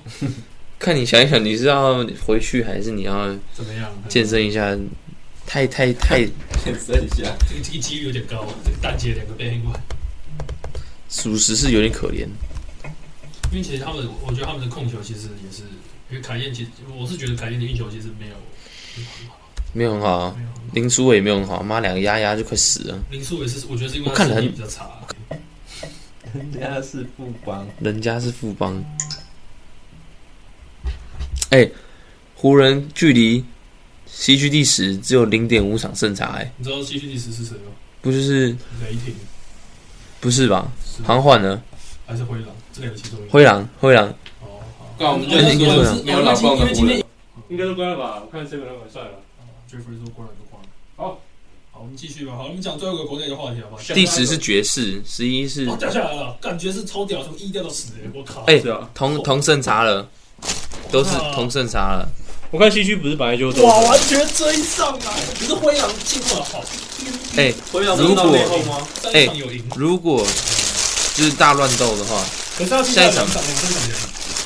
[SPEAKER 3] 看你想一想，你是要回去还是你要
[SPEAKER 1] 怎么样？
[SPEAKER 3] 健身一下？太太太
[SPEAKER 4] 健身一
[SPEAKER 6] 啊
[SPEAKER 4] 下，
[SPEAKER 1] 这个这个几率有点高，这个单节两个被黑过，
[SPEAKER 3] 属实是有点可怜。
[SPEAKER 1] 因为其实他们，我觉得他们的控球其实也是，因为凯燕其实我是觉得凯燕的运球其实没有很好，
[SPEAKER 3] 没有很好啊，
[SPEAKER 1] 没有很好。
[SPEAKER 3] 林书伟也没有很好，啊妈两个压压就快死了，
[SPEAKER 1] 林书伟是，我觉得是因为
[SPEAKER 3] 我看了
[SPEAKER 1] 他
[SPEAKER 3] 很
[SPEAKER 1] 身体比较差，
[SPEAKER 4] 人家是副帮，
[SPEAKER 3] 人家是富邦。哎，湖人距离西区第十只有零点五场胜差、哎，
[SPEAKER 1] 你知道西区第十是谁吗？
[SPEAKER 3] 不就是
[SPEAKER 1] 雷霆
[SPEAKER 3] 不是吧？
[SPEAKER 1] 是
[SPEAKER 3] 好像换了
[SPEAKER 1] 还是灰狼？这两个其中一个。
[SPEAKER 3] 灰狼，灰狼
[SPEAKER 1] 哦，好
[SPEAKER 4] 那我们
[SPEAKER 3] 就应该是
[SPEAKER 4] 没有老公的湖人，
[SPEAKER 7] 应该都关了吧？我看 seven 老板算了。
[SPEAKER 1] ，Jeffrey 说过来就换了。
[SPEAKER 7] 好，
[SPEAKER 1] 好，我们继续吧。好，我们讲最后一个国内的话题好不好？
[SPEAKER 3] 第十是爵士，十一是
[SPEAKER 1] 哦，掉下来了，感觉是超屌，从一掉到十，哎我靠！
[SPEAKER 3] 哎
[SPEAKER 2] 是啊，
[SPEAKER 3] 同同胜差了，都是
[SPEAKER 7] 哦
[SPEAKER 1] 哇
[SPEAKER 3] 同胜差了。
[SPEAKER 2] 我看西区不是本来就
[SPEAKER 1] 哇，完全追上来！可是灰狼进化好，
[SPEAKER 3] 哎，
[SPEAKER 7] 回想
[SPEAKER 3] 如
[SPEAKER 7] 到
[SPEAKER 3] 果哎
[SPEAKER 7] 内讧吗？
[SPEAKER 1] 三场有赢，
[SPEAKER 3] 如果就是大乱斗的话，
[SPEAKER 1] 可是他现
[SPEAKER 3] 下一
[SPEAKER 1] 在
[SPEAKER 3] 场
[SPEAKER 1] 两场两三场有赢。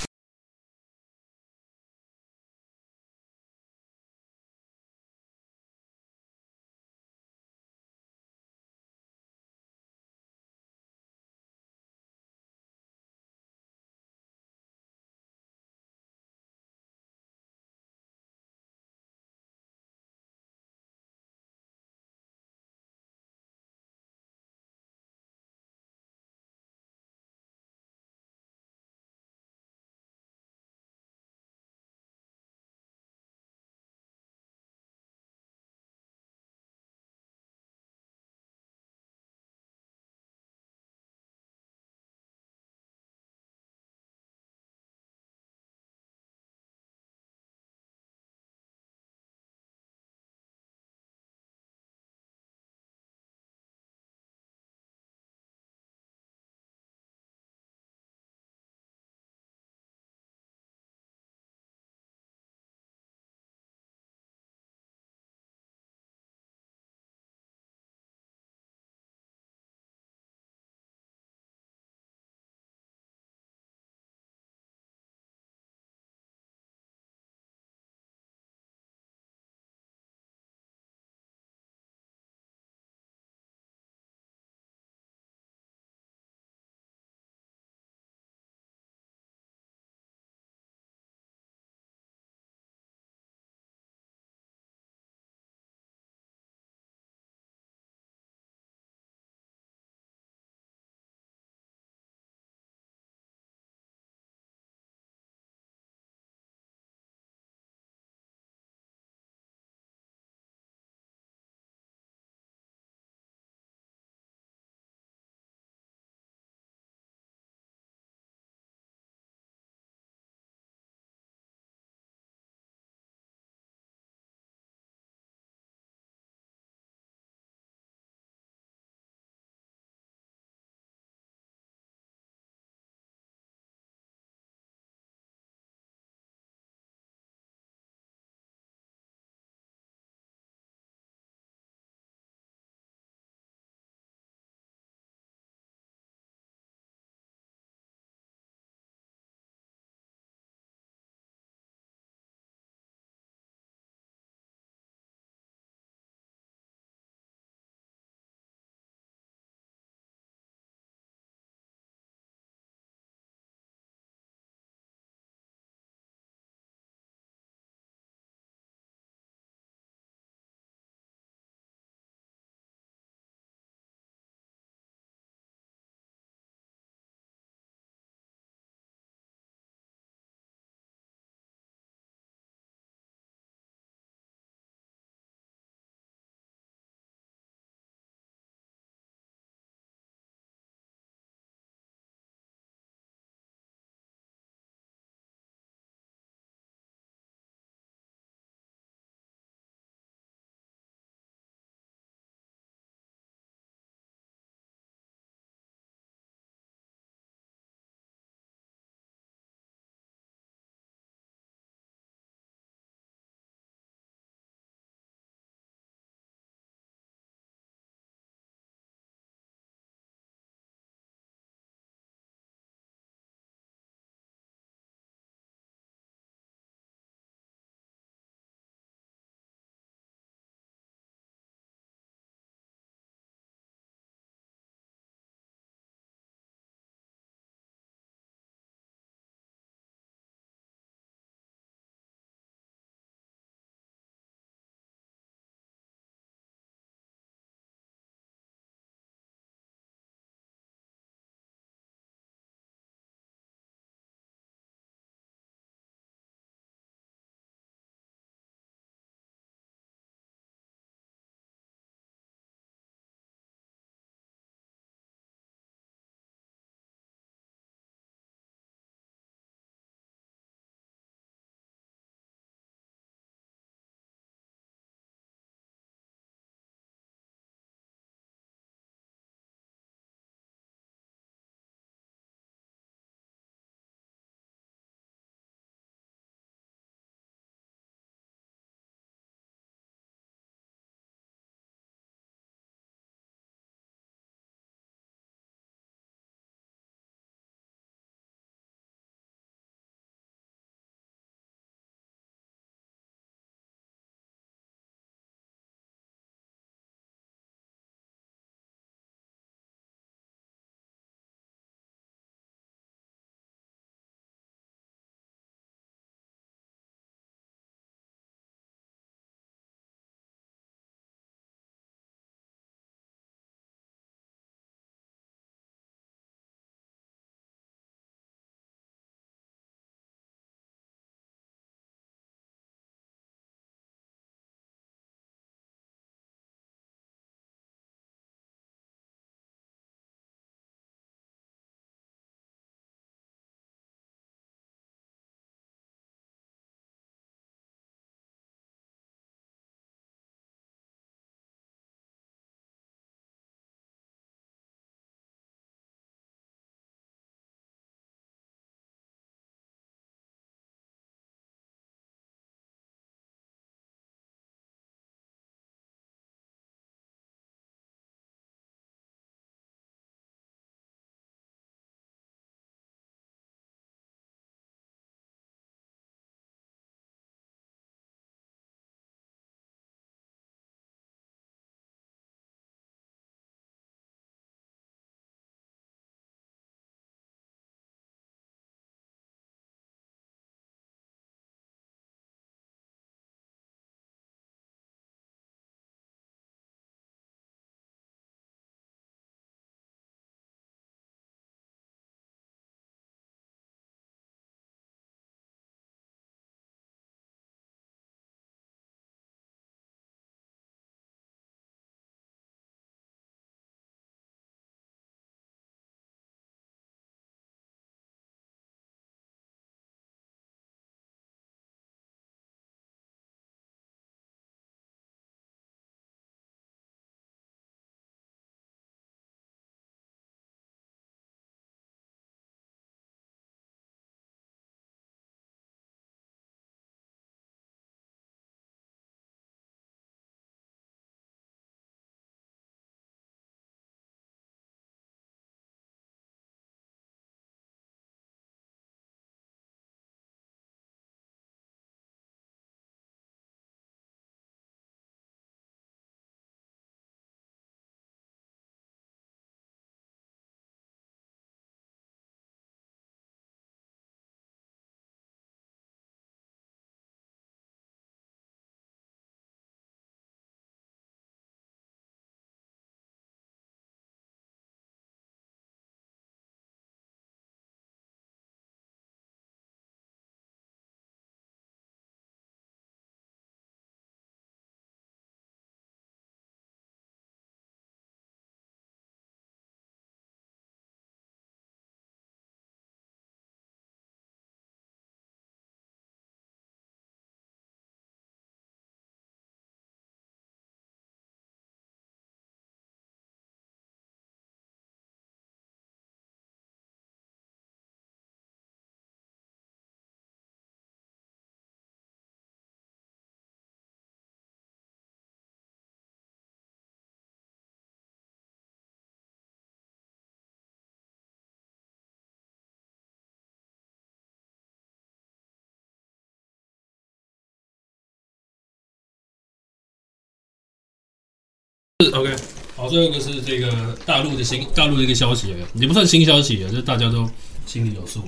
[SPEAKER 1] 是 OK，好，最后一个是这个大陆的新大陆的一个消息，也不算新消息啊，就是大家都心里有数。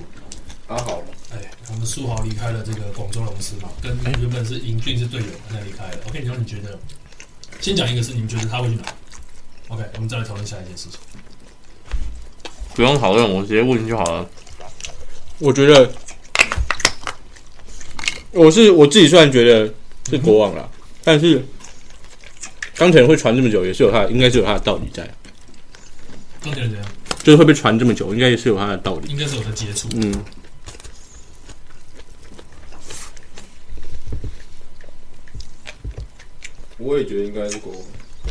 [SPEAKER 4] 阿好了，
[SPEAKER 1] 哎，我们苏豪离开了这个广州龙狮嘛，跟
[SPEAKER 3] 哎
[SPEAKER 1] 原本是英俊是队友，现在离开了。OK，然后你觉得，先讲一个是你们觉得他会去哪？OK，我们再来讨论下一件事情。
[SPEAKER 3] 不用讨论，我直接问就好了。
[SPEAKER 2] 我觉得我是我自己虽然觉得是国王啦，但是钢铁人会传这么久，也是有他应该是有他的道理在，
[SPEAKER 1] 钢铁人怎样？
[SPEAKER 2] 就是会被传这么久，应该也是有他的道理。
[SPEAKER 1] 应该是有在接触，
[SPEAKER 2] 嗯，
[SPEAKER 4] 我也觉得应该是国王，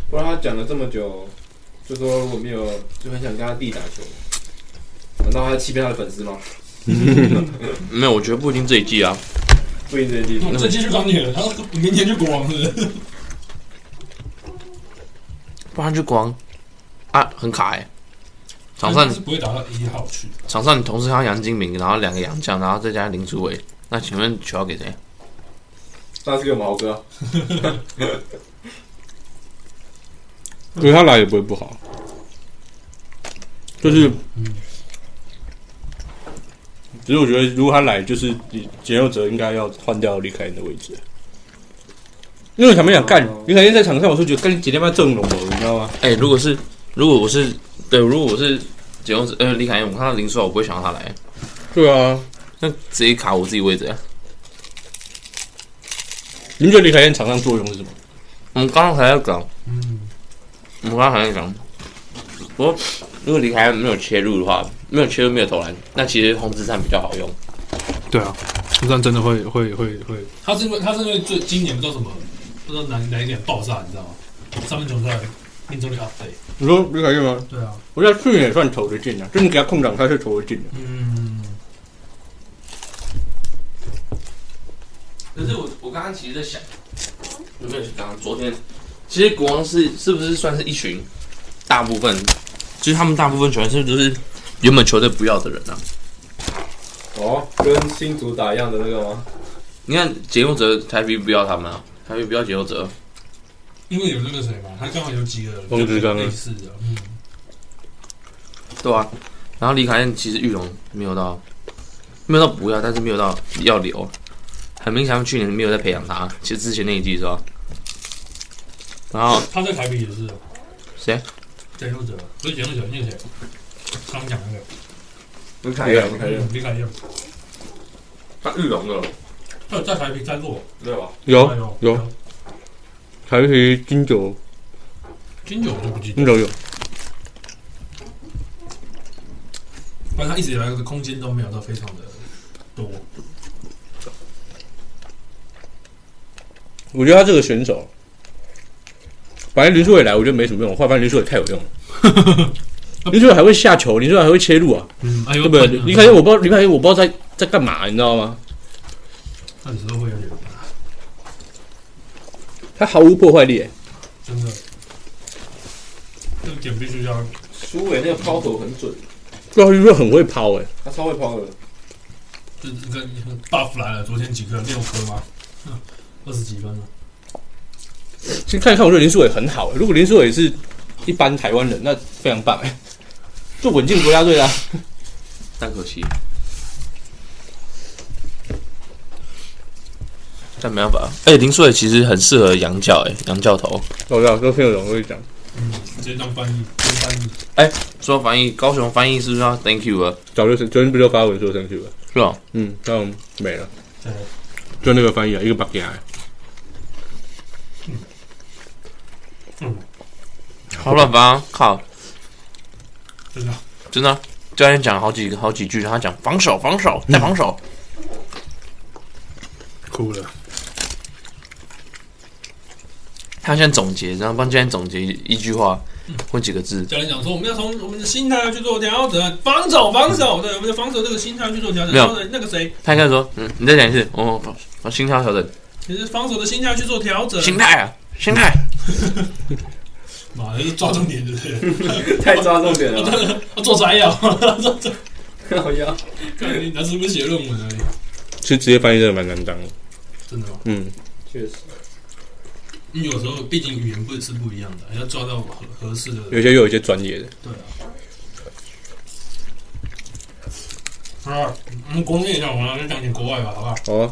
[SPEAKER 4] 不然他讲了这么久，就说如果没有，就很想跟他弟打球，难道他在欺骗他的粉丝吗？
[SPEAKER 3] 没有，我觉得不一定这一季啊。
[SPEAKER 4] 不一定这一
[SPEAKER 5] 嗯
[SPEAKER 4] 季
[SPEAKER 1] 那我们再继续钢铁人，然后明年就国王是不是？
[SPEAKER 3] 不然就光啊，很卡哎、场
[SPEAKER 1] *laughs*
[SPEAKER 3] 上
[SPEAKER 7] 嗯
[SPEAKER 1] 但是不会打到一号去，
[SPEAKER 3] 场上你同时看到杨金明，然后两个洋将，然后再加上林书伟，那请问球要给谁？
[SPEAKER 4] 那是个毛哥，
[SPEAKER 2] 我觉得他来也不会不好，就是，嗯只是我觉得如果他来，就是解忧者应该要换掉李凯恩的位置。因为我想不想干李凯恩在场上，我是觉得跟杰他妈这种龙头，你知道吗？
[SPEAKER 3] 哎、如果是如果我是对，如果我是解用呃李凯燕，我看到林书豪，我不会想让他来，
[SPEAKER 2] 对啊，
[SPEAKER 3] 那直接卡我自己位置啊。
[SPEAKER 2] 你们觉得李凯燕场上作用是什么？
[SPEAKER 3] 我们刚刚还在讲，
[SPEAKER 1] 嗯，
[SPEAKER 3] 我们刚刚还在讲，不过如果李凯燕没有切入的话，没有切入没有投篮，那其实红之战比较好用。
[SPEAKER 5] 对啊，这样真的会会会会，
[SPEAKER 1] 他是因为他是因为最今年不知道什么，不知道哪哪一点爆炸，你知道吗？三分球出来命中率 up 倍，
[SPEAKER 2] 你说李凯燕吗？
[SPEAKER 1] 对啊，
[SPEAKER 2] 我觉得去年也算投得啊进的、就是你给他空档，他是投得进的。
[SPEAKER 1] 嗯，
[SPEAKER 3] 可是我我刚刚其实在想，有没有刚刚昨天，其实国王是是不是算是一群大部分，其实他们大部分球员是不是就是原本球队不要的人啊？
[SPEAKER 4] 哦，跟新竹打一样的那个吗？
[SPEAKER 3] 你看解忧者台币不要他们啊，台币不要解忧者，
[SPEAKER 1] 因为有那个谁嘛，他刚好有几个
[SPEAKER 2] 翁志刚啊
[SPEAKER 1] 类似的，嗯，
[SPEAKER 3] 对啊。然后李凯燕其实玉龙没有到，没有到不要，但是没有到要留，很明显他们去年没有在培养他，其实之前那一季是吧？然后
[SPEAKER 1] 他在台北也是啊，
[SPEAKER 3] 谁？
[SPEAKER 1] 解忧者，不是解忧者，那个谁，啊刚讲那个
[SPEAKER 4] 不凯燕，不凯燕，
[SPEAKER 1] 嗯李凯燕，
[SPEAKER 4] 他玉龙的了，
[SPEAKER 1] 他有在台北在落，
[SPEAKER 4] 对吧？
[SPEAKER 2] 有
[SPEAKER 1] 哎呦
[SPEAKER 2] 有，台皮金九
[SPEAKER 1] 金九我就不记得
[SPEAKER 2] 金，九有，
[SPEAKER 1] 但他一直以来的空间都没有到非常的多，
[SPEAKER 2] 我觉得他这个选手，反正林书伟来，我觉得没什么用。换，反正林书伟太有用了。 *laughs* 林书伟还会下球，林书伟还会切入啊，
[SPEAKER 1] 嗯，哎呦，
[SPEAKER 2] 对不对？林凯燕我不知道，林凯燕我不知道在在干嘛，你知道吗？
[SPEAKER 1] 他有时候会有点
[SPEAKER 2] 他毫无破坏力、欸
[SPEAKER 1] 真的，这个点必须要
[SPEAKER 4] 苏伟那个抛投很准，
[SPEAKER 2] 对啊，林书伟很会抛哎、
[SPEAKER 4] 他超会抛的，
[SPEAKER 1] 就是一个一个 buff 来了，昨天几颗六颗吗？ *laughs* 嗯二十几分了，
[SPEAKER 2] 其实看一看，我觉得林书伟很好、欸。如果林书伟是一般台湾人，那非常棒哎、就稳进国家队啊啦、
[SPEAKER 3] 但可惜，但没办法。哎、林书伟其实很适合洋教、哎，洋教头。
[SPEAKER 2] 我知道，都听得懂，我跟你讲。
[SPEAKER 1] 嗯，直接当翻译，当翻译，
[SPEAKER 3] 说到翻译，高雄翻译是不是要 Thank you 啊了？
[SPEAKER 2] 早就昨天不就发文说 thank you 了？
[SPEAKER 3] 是吧？
[SPEAKER 2] 嗯，但没了，
[SPEAKER 1] 对，
[SPEAKER 2] 就那个翻译啊，一个八点。
[SPEAKER 3] 好乱吧，啊靠！
[SPEAKER 1] 真的，
[SPEAKER 3] 真的啊，教练讲好几好几句，然后他讲防守，防守，再防守。
[SPEAKER 1] 哭了，
[SPEAKER 3] 他现在总结，然后帮教练总结一句话或几个字，
[SPEAKER 1] 教练讲说，我们要从我们的心态去做调整，防守，防守，对，我们的防守这个心态去做调整。
[SPEAKER 3] 没有
[SPEAKER 1] 然后呢那个谁，
[SPEAKER 3] 他应该说，嗯，你再讲一次，我、哦、我心态要调整，
[SPEAKER 1] 其实防守的心态去做调整。
[SPEAKER 3] 心态啊，心态。
[SPEAKER 1] 妈的，就是抓重点，对不对？ *laughs*
[SPEAKER 4] 太抓重点了，
[SPEAKER 1] 要做摘要， *laughs* 做摘
[SPEAKER 4] *laughs* 好呀，
[SPEAKER 1] 看你那是不是写论文而已？
[SPEAKER 2] 其实职业翻译真的蛮难当的。
[SPEAKER 1] 真的吗？
[SPEAKER 2] 嗯，
[SPEAKER 4] 确实，
[SPEAKER 1] 因为有时候毕竟语言不是不一样的，要抓到合合适的。
[SPEAKER 8] 有些又有一些专业的，
[SPEAKER 1] 对啊。好了，我们国内讲完了，就讲点国外吧，好不好？
[SPEAKER 8] 好啊。